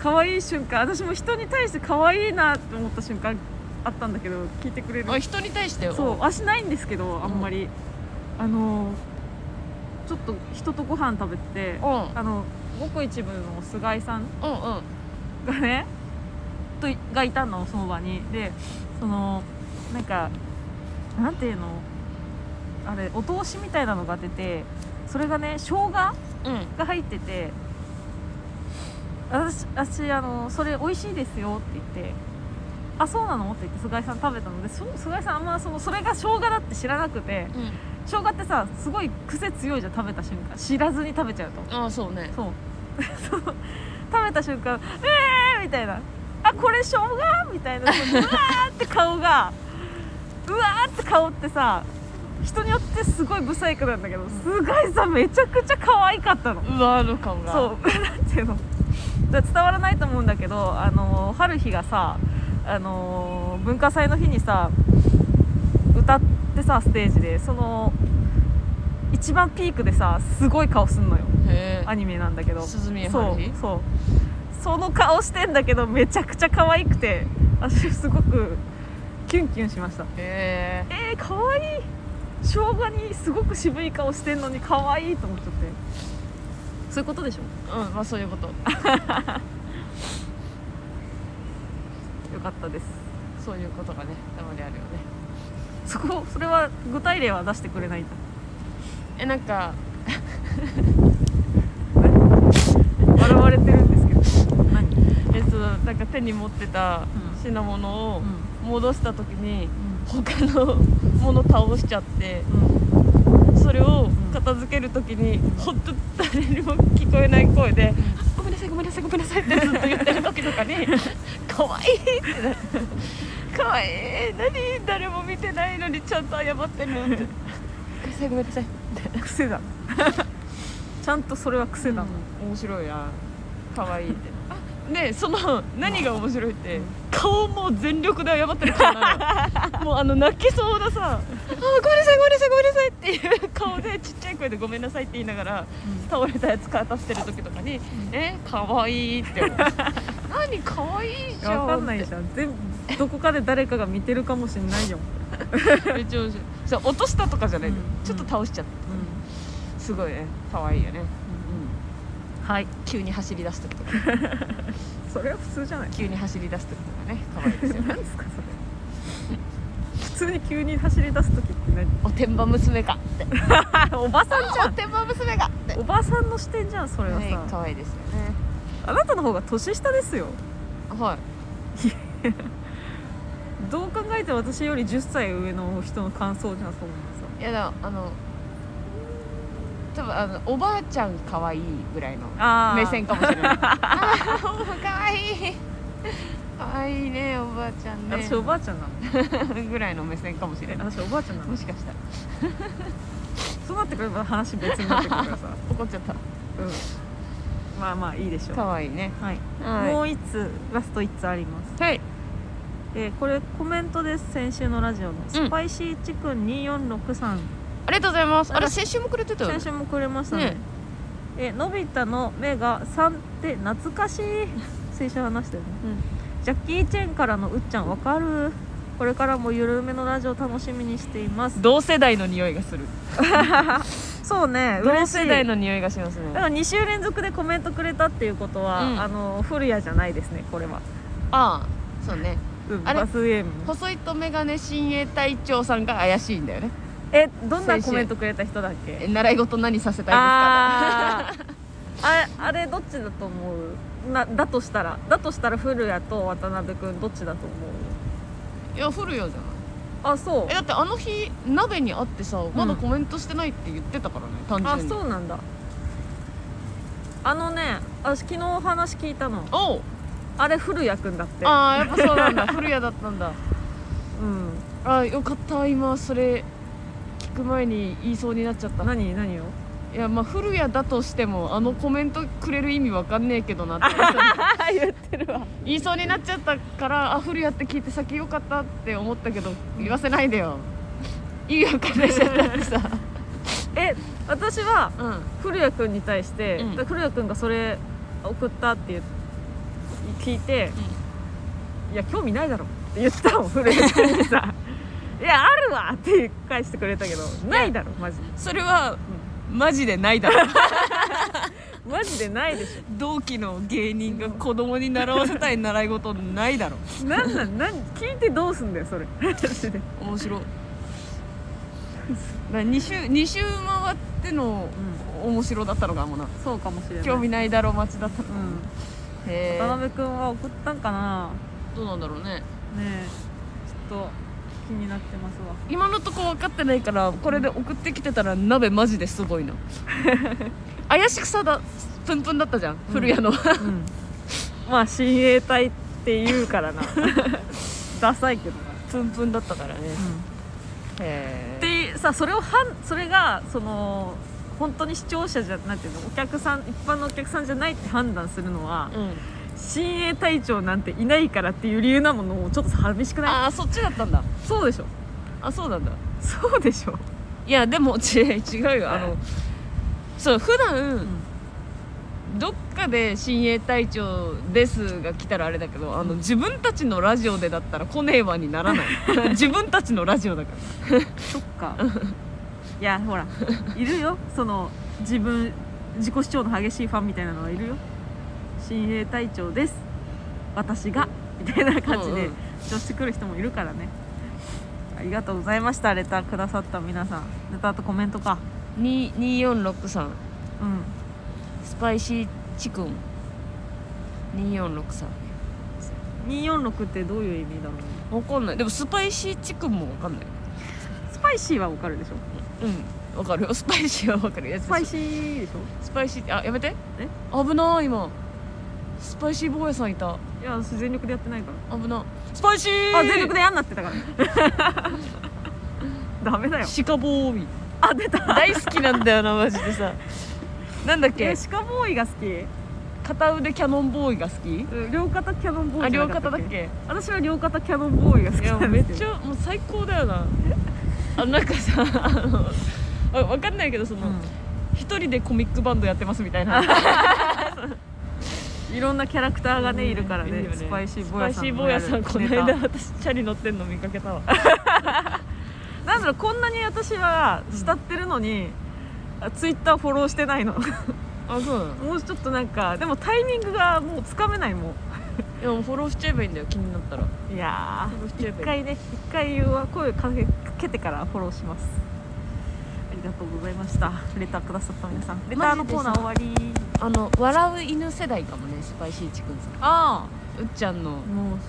可愛い瞬間私も人に対して可愛いなって思った瞬間あったんだけど聞いてくれる
あ人に対してよ
そう足ないんですけどあんまり、あのちょっと人とご飯食べて、
うんうん
あのごく一部の菅井さん
う
が
ん
ねとがいたのその場にでそのなんかなんていうのあれお通しみたいなのが出てそれがね生姜が
うん
入ってて私私あのそれ美味しいですよって言って「あそうなの?」って言って菅井さん食べたのでそ菅井さんあんまそのそれが生姜だって知らなくて
うん
生姜ってさすごい癖強いじゃん食べた瞬間知らずに食べちゃうと
ああそうね
そう そう食べた瞬間「えー!」みたいな「あこれ生姜?」みたいなうわーって顔がうわーって顔ってさ人によってすごいブサイクなんだけど菅井さんめちゃくちゃ可愛かったの
うわーの顔が
そうなんていう のだ伝わらないと思うんだけどあの春日がさあの文化祭の日にさ歌ってさステージでその一番ピークでさすごい顔すんのよ
へ
アニメなんだけど
鈴宮
そ
春
う
日
そうその顔してんだけどめちゃくちゃ可愛くて私すごくキュンキュンしました
え
えー、可愛い生姜にすごく渋い顔してんのに可愛いと思っちゃってそういうことでしょ
えうんまあそういうこと
よかったです
そういうことがねたまにあるよね
そこそれは具体例は出してくれないんだ
えなんか
笑われてるんですけど何うん
えっとなんか手に持ってた
うん
品物を戻した時に
う
他の もの倒しちゃって
ん
それを片付ける時に本当誰にも聞こえない声で「ごめんなさいごめんなさいごめんなさい」ってずっと言ってる時と かに「かわいい」ってなかわいい何誰も見てないのにちゃんと謝ってる」って「ごめんなさいごめんなさい」
癖 だちゃんとそれは癖だ、
うん面白いな可愛いってあでその何が面白いって顔もう全力で謝ってる顔な のもうあの泣きそうなさ「あごめんなさいごめんなさいごめんなさい」っていう顔でちっちゃい声で「ごめんなさい」って言いながら倒れたやつ片付けてる時とかに「え可愛いって 思う何可愛いじゃん
わかんないじゃん全部どこかで誰かが見てるかもしんないよ、
めっちゃ面白いそう落としたとかじゃないの、
うん
ちょっと倒しちゃっ
う
たすごいね可愛いよね、
ん、はい
急に走り出す時とか
それは普通じゃない
急に走り出す時とかね可愛いですよね
何ですかそれ普通に急に走り出す時って
おてんば娘かって
何おばさんじゃ
おてんば娘がって
んおばさんの視点じゃんそれはさ、
はい可愛いですよね
あなたの方が年下ですよ
はい
どう考えても私より10歳上の人の感想じゃんそんなのさ
いやだあの多分あのおばあちゃん可愛いぐらいの
あ
目線かもし れないあー可愛い可愛いねおばあちゃんね
私おばあちゃんなの
ぐらいの目線かもしれない
私おばあちゃんなの
もしかしたら
そうなってくれば話別になってくるからさ、
怒っちゃった
うん、 まあまあいいでしょう
可愛いね
はい、も
は
う一つラスト一つあります
いはい
えーこれコメントです先週のラジオの、スパイシーチクン2463さん
ありがとうございますあ
なん
れ
か
先週もくれてたよね
先週もくれましたね
ね
えのび太の目が3って懐かしい先週話したよね、ジャッキー・チェンからのうっちゃんわかるこれからもゆるめのラジオ楽しみにしています
同世代の匂いがする
そうね
同世代
の
の匂いがしますね
だから2週連続でコメントくれたっていうことは、
うん
あの古谷じゃないですねこれは、
ああそうね
うん、
あれ
バスゲーム
細いとメガネ親衛隊長さんが怪しいんだよね
えどんなコメントくれた人だっけ
え習い事何させたいですか
あーああれどっちだと思うなだとしたらだとしたら古谷と渡辺君どっちだと思う
いや降るよじゃない
あそう
えだってあの日鍋に会ってさまだコメントしてないって言ってたからね、単純
あ
に
そうなんだあのね私昨日お話聞いたの
おう
あれ古谷君だって
ああやっぱそうなんだ古谷だったんだ
うん
あーよかった今それ聞く前に言いそうになっちゃった
何何を
いやまあ古谷だとしてもあのコメントくれる意味わかんねえけどなってそう
言ってるわ
言いそうになっちゃったからあ古谷って聞いて先よかったって思ったけど言わせないでよ意味わかんないじゃんだ ってさ
え私は
うん
古谷君に対して、
うん
だ古谷君がそれ送ったっていう聞いて、いや興味ないだろって言ったもん古谷君にさ いやあるわって返してくれたけどないだろマジ
それはマジでないだろ
マジでないでし
同期の芸人が子供に習わせたい習い事ないだろ
ょなんなんなん聞いてどうすんだよそれマジで
面白い2週二周回っての面白だったのかもな
そうかもしれない
興味ないだろう町だったの
うん
へ
渡辺君は送ったんかな
どうなんだろうね
ねえちょっと気になってますわ
今のとこ分かってないからこれで送ってきてたら鍋マジですごい な怪しくさだプンプンだったじゃん、古谷の
うんまあ親衛隊って言うから なダサいけどな、
プンプンだったからねへえ
でさそれをはんそれがその本当に視聴者じゃなんていうのお客さん一般のお客さんじゃないって判断するのは
うん、
親衛隊長なんていないからっていう理由なものもちょっと寂しくない
ああそっちだったんだ
そうでしょ
あそうなんだ
そうでしょ
いやでも違う違うよあのそう普段、どっかで親衛隊長ですが来たらあれだけどあの自分たちのラジオでだったら来ねえわにならない 自分たちのラジオだから
そっかいや ほらいるよその自分自己主張の激しいファンみたいなのはいるよ親衛隊長です私がみたいな感じ
うんう
で
ん
主張してくる人もいるからねありがとうございましたレターくださった皆さんレターとコメントか
に2463
うん
スパイシーチクン2463
246ってどういう意味だろうね
わかんないでもスパイシーチクンもわかんない
スパイシーはわかるでしょ
うんわかるよスパイシーはわかるやつ
スパイシーでしょ
スパイシーってあやめて
え
危ない今スパイシー坊やさんいた
いや私全力でやってないか
危なスパイシー
らあ全力でやんなってたから ダメだよ
シカボーイ
あ出た
大好きなんだよなマジでさなんだっ
い
け
やシカボーイが好き
片腕キャノンボーイが好き
うん両肩キャノンボー
あ
イじゃ
両
なか
肩
った
だっ
っけ
け
私は両肩キャノンボーイが好き
いや
な
もうん
で
めっ
すけど
ちゃもう最高だよなあなんかさあのあわかんないけどその一、人でコミックバンドやってますみたいな
うん、いろんなキャラクターがね、
うん
いるからね
いいよね
スパイシー
ス
ボ
パ
ー
イ
イ
シ
さん
ー坊やさんこの間
ネ
私チャリ乗ってんの見かけたわ
タなんだろうこんなに私は慕ってるのに、あツイッターフォローして ないの
あそうなの
もうちょっとなんかでもタイミングがもうつかめないも
でもフォローしちゃえばいいんだよ気になったらフ
んいや
ォローし
ー
ちゃえ
一
ばい
回
い
ね一回は声かけかけてからフォローしますありがとうございましたレターくださった皆さんレターのコーナー終わり
あの笑う犬世代かもねスパイシーチくんさん
ああ
うっちゃんの
もう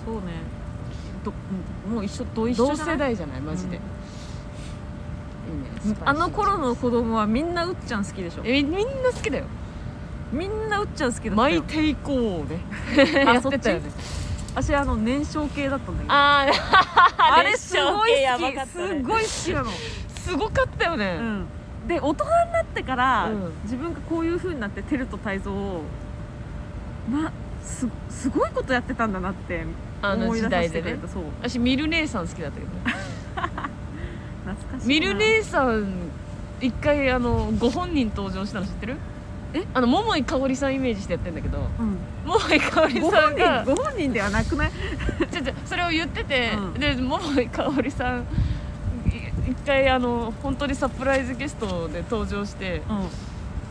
そうねどもう一緒ど一緒
同
じゃな
世
い
代じゃないマジで、いいね
あの頃の子供はみんなうっちゃん好きでしょ
えみんな好きだよ
みんなうっちゃん好きだった
毎
よ
手以降ね
あ
やってたよね
私あの燃焼系だったんだけどあ
あ
れすごい好き、す
い
ごい好きなの、
すごかったよね、
うん、で大人になってから、
うん
自分がこういう風になってテルと泰造をなすすごいことやってたんだなって
あの
思い出
時
させ
代
て
で
くれ
ね
た、そう
私ミル姉さん好きだったけどね
懐かしい
ミ
な
ル姉さん一回あのご本人登場したの知ってる
え
あの桃井かおりさんイメージしてやってんだけど
うん、
桃井かおり
ご
さ
本
んが
人ご本人ではなくない
ちょちょそれを言ってて、
うん
で桃井かおりさんい一回あの本当にサプライズゲストで登場して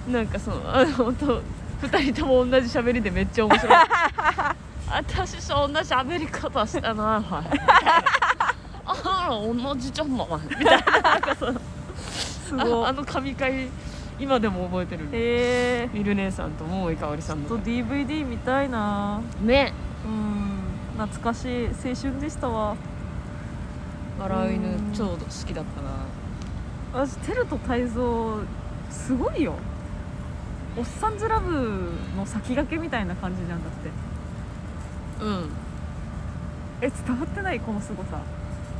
うん
なんかそのあのと2人とも同じ喋りでめっちゃ面 白い私そんな喋り方したなはいあら同じじゃんまみたいななんかその
す
あ
ご
あ
い
の神回今でも覚えてる
へえ
ミル姉さんと桃井かおりさん
と
の
DVD 見たいな
ね
うん懐かしい青春でしたわ
笑う
う
犬
ん
ちょうど好きだったな
私テルと泰造すごいよおっさんずラブの先駆けみたいな感じじゃんだって
うん
え伝わってないこの凄さ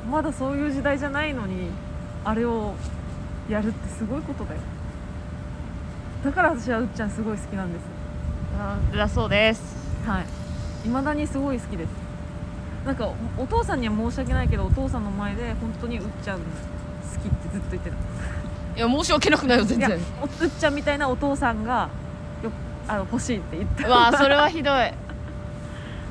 まだそういう時代じゃないのにあれをやるってすごいことだよだから私はうっちゃんすごい好きなんです
あーだそうです
はい未だにすごい好きですなんかおお父さんには申し訳ないけどお父さんの前で本当にうっちゃん好きってずっと言ってる
いや申し訳なくないよ全
いや
然
おうっちゃんみたいなお父さんがよあの欲しいって言った
うわあそれはひどい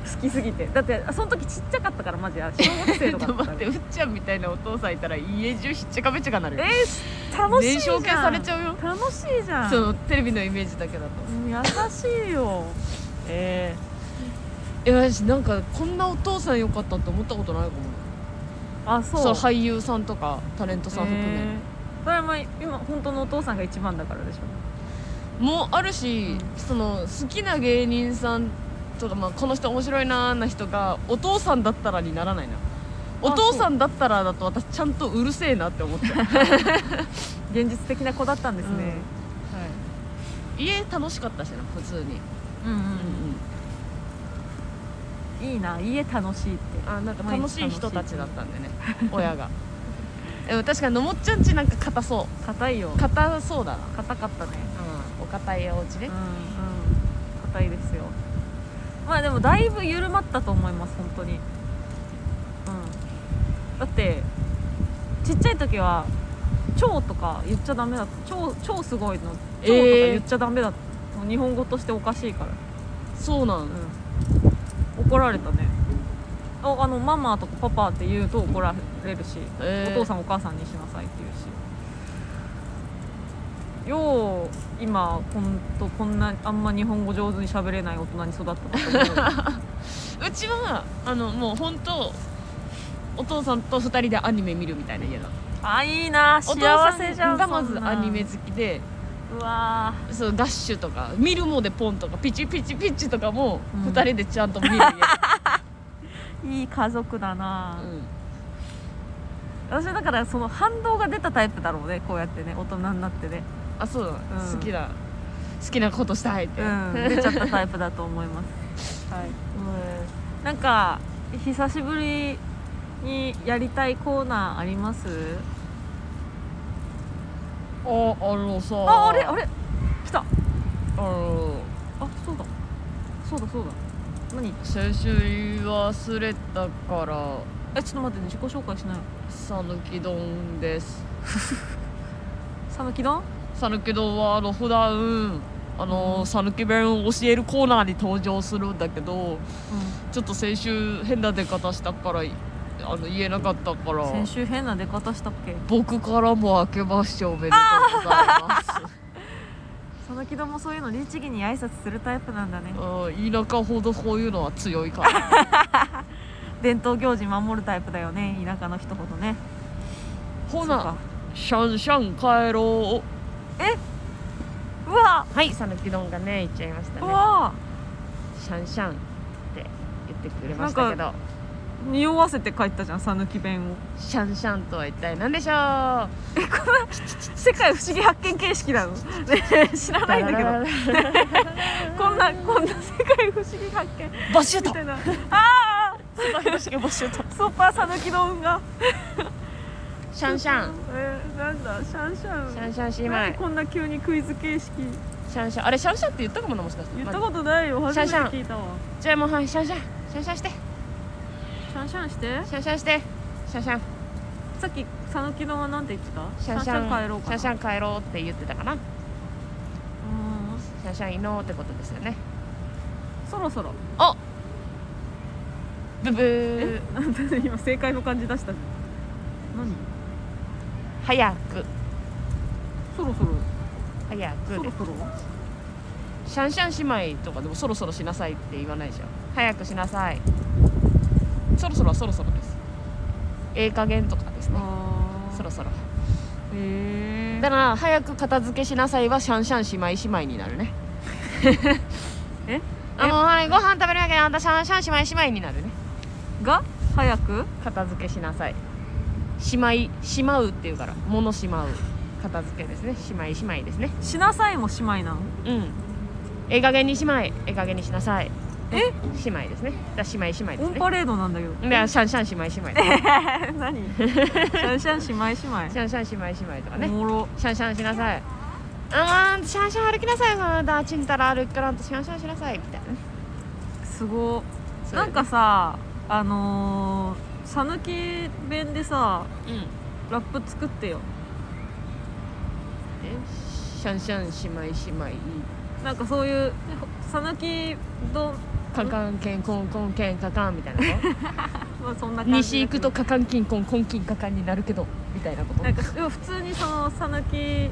好きすぎてだってその時ちっちゃかったからマジあ小学生
ちょ
と
っ
かだ
と
った
待っ
ん
て
で
うっちゃんみたいなお父さんいたら家中ひっちゃかめっちゃかなるよ
えー、楽しい
燃
じゃん
焼系されちゃうよ
楽しいじゃん
そのテレビのイメージだけだと
うん優しいよ
えええ私なんかこんなお父さん良かったって思ったことないかも
あそう
そう俳優さんとかタレントさん含め、
えーそれはまあ今本当のお父さんが一番だからでしょ
もあるし、
う
その好きな芸人さんとか、まあ、この人面白いなーな人がお父さんだったらにならないなお父さんだったらだと私ちゃんとうるせえなって思っちゃう、は
現実的な子だったんですね、
い、家楽しかったしな普通に、
うん
う
うんいいな家楽しいって
んうん、あなんか
毎日
楽しい人たちだったんでね親が でも確かにのもっちゃんちなんか硬そ
硬いよ
う硬そうだな、
硬かったね
お堅いお
うん
家ね
うん硬いですよまあでもだいぶ緩まったと思います本当にうんだってちっちゃい時は超とか言っちゃダメだった超超すごいの超とか言っちゃダメだった、もう日本語としておかしいから
そうなん
うん、怒られたねああのママとかパパって言うと怒られるし、
えー
お父さんお母さんにしなさいって言うしよう今ほんとこんなあんま日本語上手に喋れない大人に育ったなと思う
うちはあのもう本当お父さんと2人でアニメ見るみたいな家だ
あいいな
お
幸
父さ
せじゃん
がまず
そんな
アニメ好きで
うわー
そうダッシュとか見るもでポンとかピチピチピチとかも
うん
2人でちゃんと 見る家、
いい家族だな、
うん
私はだからその反動が出たタイプだろうねこうやってね大人になってね
あそうだ、
うん
好きな好きなことしたいっ て、
うん、出ちゃったタイプだと思います。はい。なんか久しぶりにやりたいコーナーあります？
ああのさ
あ、あれあれ来た。あ、
あの
そうだ。そうだそうだ。何？
先週言い忘れたから
え、ちょっと待ってね。自己紹介しない。
讃岐丼です
さぬき丼？
讃岐丼はあの普段あの讃岐弁を教えるコーナーに登場するんだけどちょっと先週変な出方したからあの言えなかったから
先週変な出方したっけ？
僕からも明けましておめでとうございます
さぬき丼もそういうの律儀に挨拶するタイプなんだね。
うん田舎ほどこういうのは強いから
伝統行事守るタイプだよね。田舎の人ほどね。
ほ
そう
な
か。
シャンシャン帰ろ
うわ、
うはい讃岐丼がね言っちゃいました
うわ、
シャンシャンって言ってくれ
ましたけど匂わせて帰ったじゃん。さぬき弁を。
シャンシャンとは一体何でしょう
世界不思議発見形式なの、ねえ、知らないんだけどこんなこんな世界不思議発見み
バシュート
たいなああ
世界不思議バシュート
スーパーさぬきの運が
シャンシャン
えー、なんだシャンシャン
シャンシャン姉
何
妹
こんな急にクイズ形式
シャンシャンあれシャンシャンって言ったかもなもしかして
言ったことないよ初めて
シャンシャン
聞いたわ
じゃあもうはいシャンシャンシャンシャンして
シャンシャンして
シャンシャンしてシャンシャン
さっきさぬきのはなんて言ってた
シャンシャン
帰ろうかな
シャンシャン帰ろうって言ってたかな
う
シャンシャンいのうってことですよね
ーんそろそろ
ブブー
なんだ今正解の感じ出したじゃん何
早く
そろそろ
早
そ
く
ろ
で
そろ
シャンシャン姉妹とかでもそろそろしなさいって言わないじゃん早くしなさいそろそろはそろそろですええ加減とかですね
あー
そろそろ
へえ
だから早く片付けしなさいはシャンシャン姉妹姉妹になるね
え
あもうはいご飯食べるわけであんたシャンシャン姉妹姉妹になるね
が早く
片付けしなさいしまいしまうっていうから物しまう片付けですねしまいしまいですね
しなさいも姉妹なの
うんええ加減にしまいええ加減にしなさい
え
姉妹ですねだ姉妹姉妹で
オ
す
ン
ね
パレードなんだけ ど
でシャンシャン姉妹姉妹です
何シャンシャン姉妹姉
シャンシャン姉妹姉妹
妹
とか
お
ね
もろ
シャンシャンしなさい
あーシャンシャン歩きなさいその間チンタラ歩くからんとシャンシャンしなさいみたいな
すごっ
そう
なんかさあのー讃岐弁でさ
うん
ラップ作ってよ
シャンシャン姉妹姉妹
なんかそういう讃岐丼
カカンケンコンコンケンカカンみたいなこ
はそんな感
と
じだ
西行くとカカンキンコンコンキンカカンになるけどみたいなこと
なんかでも普通にその讃岐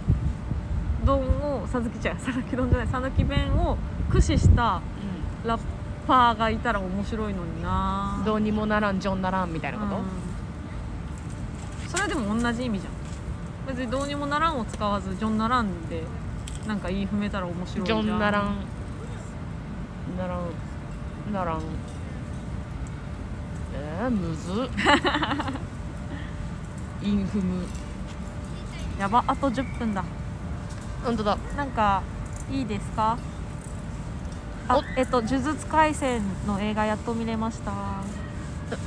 丼をさぬきちゃん讃岐丼じゃない讃岐弁を駆使したラッパーがいたら面白いのにな
どうにもならんジョンならんみたいなこと、
うんそれでも同じ意味じゃん別にどうにもならんを使わずジョンならんでなんか言い踏めたら面白い
ジ
じゃん
ョンならんならんならんえー、む ずっインフム
やばあと10分だ
本当だ
なんかいいですかあ
お
えっと「呪術廻戦」の映画やっと見れました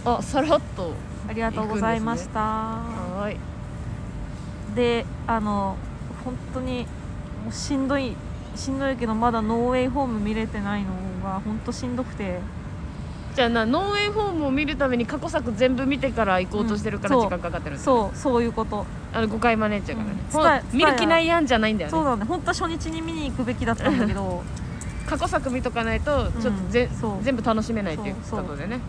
あ
あさらっと
りがとうございました
はーい
であの本当にもうしんどいしんどいけどまだノーウェイホーム見れてないのが本当しんどくて
じゃあなノーウェイホームを見るために過去作全部見てから行こうとしてるから
うん
時間かかってるんだよね
そうそういうこと
あの誤解招いちゃうからね
うん、
ほら
伝え
見る気ないやんじゃないんだよ
そう
ね
なんだ本当は初日に見に行くべきだったんだけ ど
過去作見とかないとちょっとぜ、
うんそう
全部楽しめないっていう
そうそう
ことでね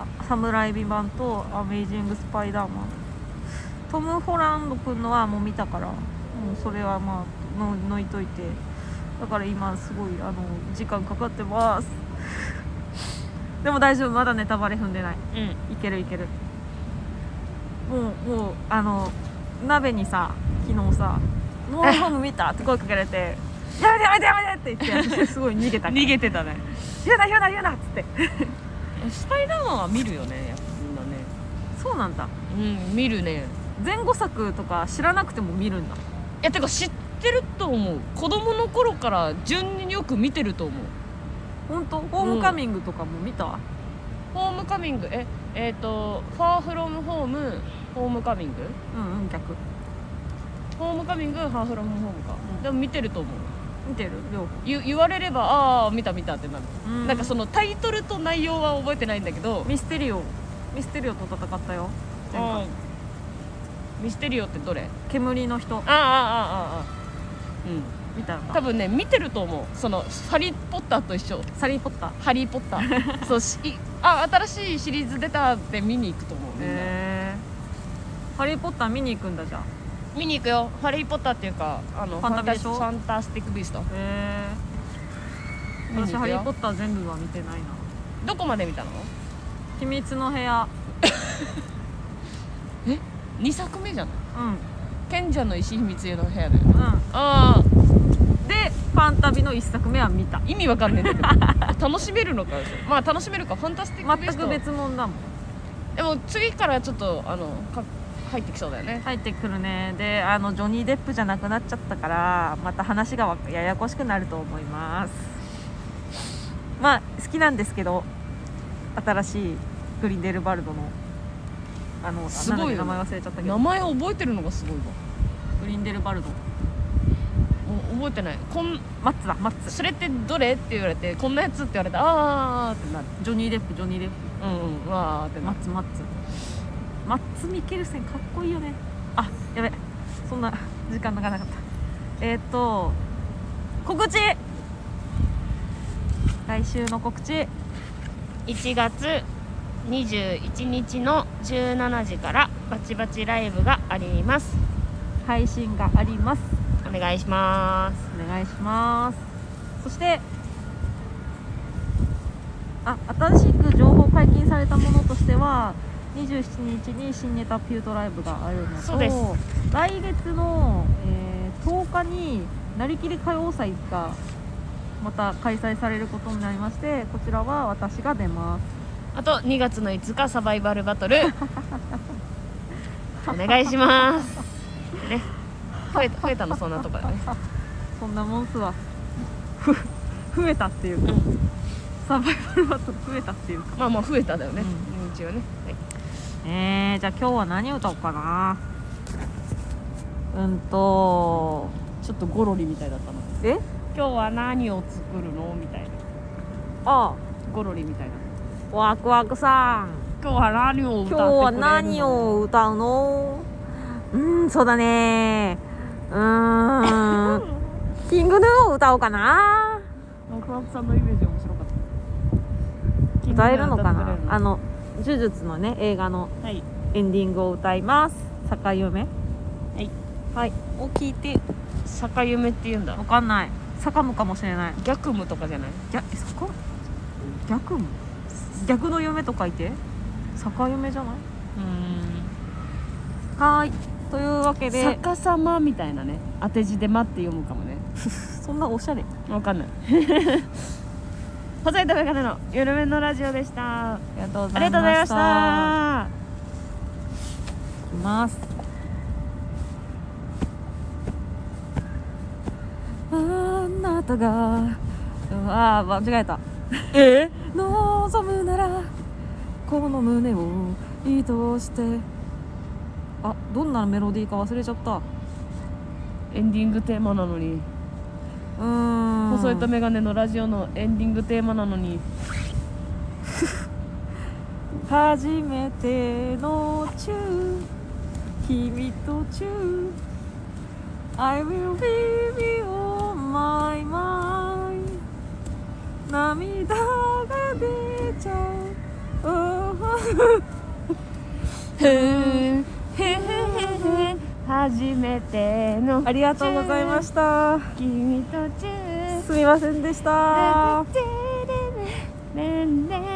あサムライビバンとアメイジング・スパイダーマントム・ホランド君のはもう見たからもうそれはまあののいといてだから今すごいあの時間かかってますでも大丈夫まだネタバレ踏んでない
うん
いけるいけるもうもうあの鍋にさ昨日さ「ノーホーム見た?」って声かけられて「やめてやめてやめて!」って言って私すごい逃げたから
逃げてたね
言うな言うな言うな」っつって
スパイダーマンは見るよねやっぱみんなね
そうなんだ
うん見るね
前後作とか知らなくても見るんだ
いやてか知ってると思う子供の頃から順によく見てると思う
本当ホームカミングとかも見た、
ホームカミングええっ、と「ファーフロムホーム」ホームカミング
うんうん逆
ホームカミングファーフロムホームか、
うん
でも見てると思う
見てる両方
言言われればああ見た見たってなる
うん
なんかそのタイトルと内容は覚えてないんだけど、
ミステリオミステリオと戦ったよ前回
ミステリオってどれ
煙の人
ああああああああう
見たよ
ん
な
多分ね見てると思うその「ハリー・ポッター」と一緒
サリー・ポッター
「ハリー・ポッタ ー」そうしいあ新しいシリーズ出たって見に行くと思うみんな、
へえハリー・ポッター見に行くんだじゃあ
見に行くよ「ハリー・ポッター」っていうかあの
ファンタビでしょ
ファンタスティック・ビースト
へえ
見に
私
行
ハ
く
リー・ポ
よ
ッター全部は見てないな
どこまで見たの
秘密の部屋
2作目じゃない
うん
賢者の石秘密の部屋だよ
う
ああ
んでファンタビの一作目は見た
意味わかんねえんだけど楽しめるのかまあ楽しめるかファンタスティック・ビー
全
スト
く別物だもん
でも次からちょっとあのか入ってきそうだよね
入ってくるねであのジョニー・デップじゃなくなっちゃったからまた話がわややこしくなると思いますまあ好きなんですけど新しいグリンデルバルドのあの
すごいよね
なんだっけ名前忘れちゃったけ
名
ど
前覚えてるのがすごいわ
グリンデルバルド
お覚えてないこん
マッツだマッツ
それってどれって言われてこんなやつって言われてあーってなる
ジョニー・デップジョニー・デップ
うんうんわーってな
マッ
る
ツマッツマッツ・ミケルセンかっこいいよねあやべそんな時間なかなかったえっ、ー、と告知来週の告知
1月21日の17時からバチバチライブがあります
配信があります
お願いします
お願いしますそしてあ新しく情報解禁されたものとしては27日に新ネタピュートライブがあるのと
そうです
来月の、えー10日になりきり歌謡祭がまた開催されることになりましてこちらは私が出ます
あと2月の5日サバイバルバトル お願いしますね増え増えたのそんなとこだね
そんなもんすわふ増えたっていうか、サバイバルバトル増えたっていうか
まあまあ増えただよね、
う
一応ね、はい
えー、じゃあ今日は何歌おうかなうんと
ちょっとゴロリみたいだったの
え
今日は何を作るのみたいな
あ
ゴロリみたいな
あワクワクさん
今日は何を歌って
今日
くれるの
は何を歌うのうんそうだねうー んキングヌーを歌おうかな
ワクワクさんのイメージ面白かった
歌えるのかなあ
の
の呪術のね映画の
はい
エンディングを歌います坂夢はいはいを聞いて
坂夢って言うんだ
わかんない坂むかもしれない
逆夢とかじゃない
逆坂逆む逆の夢と書いて坂夢じゃないはーいというわけで
逆さまみたいなね当て字で「待って読むかもね
そんなおしゃれ
わかんない 細いとメガネの緩めのラジオでしたあ
ありがとうご
りがとうございまし
ざい
た
ますあなたがうわー間違えた
え
望むならこの胸を愛してあどんなメロディーか忘れちゃったう
エンディングテーマなのに、
ーん
細いとメガネのラジオのエンディングテーマなのに
初めてのチュー君とチュー I will be on my mind 涙が出ちゃう Oh
初めての
ありがとうございました
君とチュー
すみませんでした
レンレン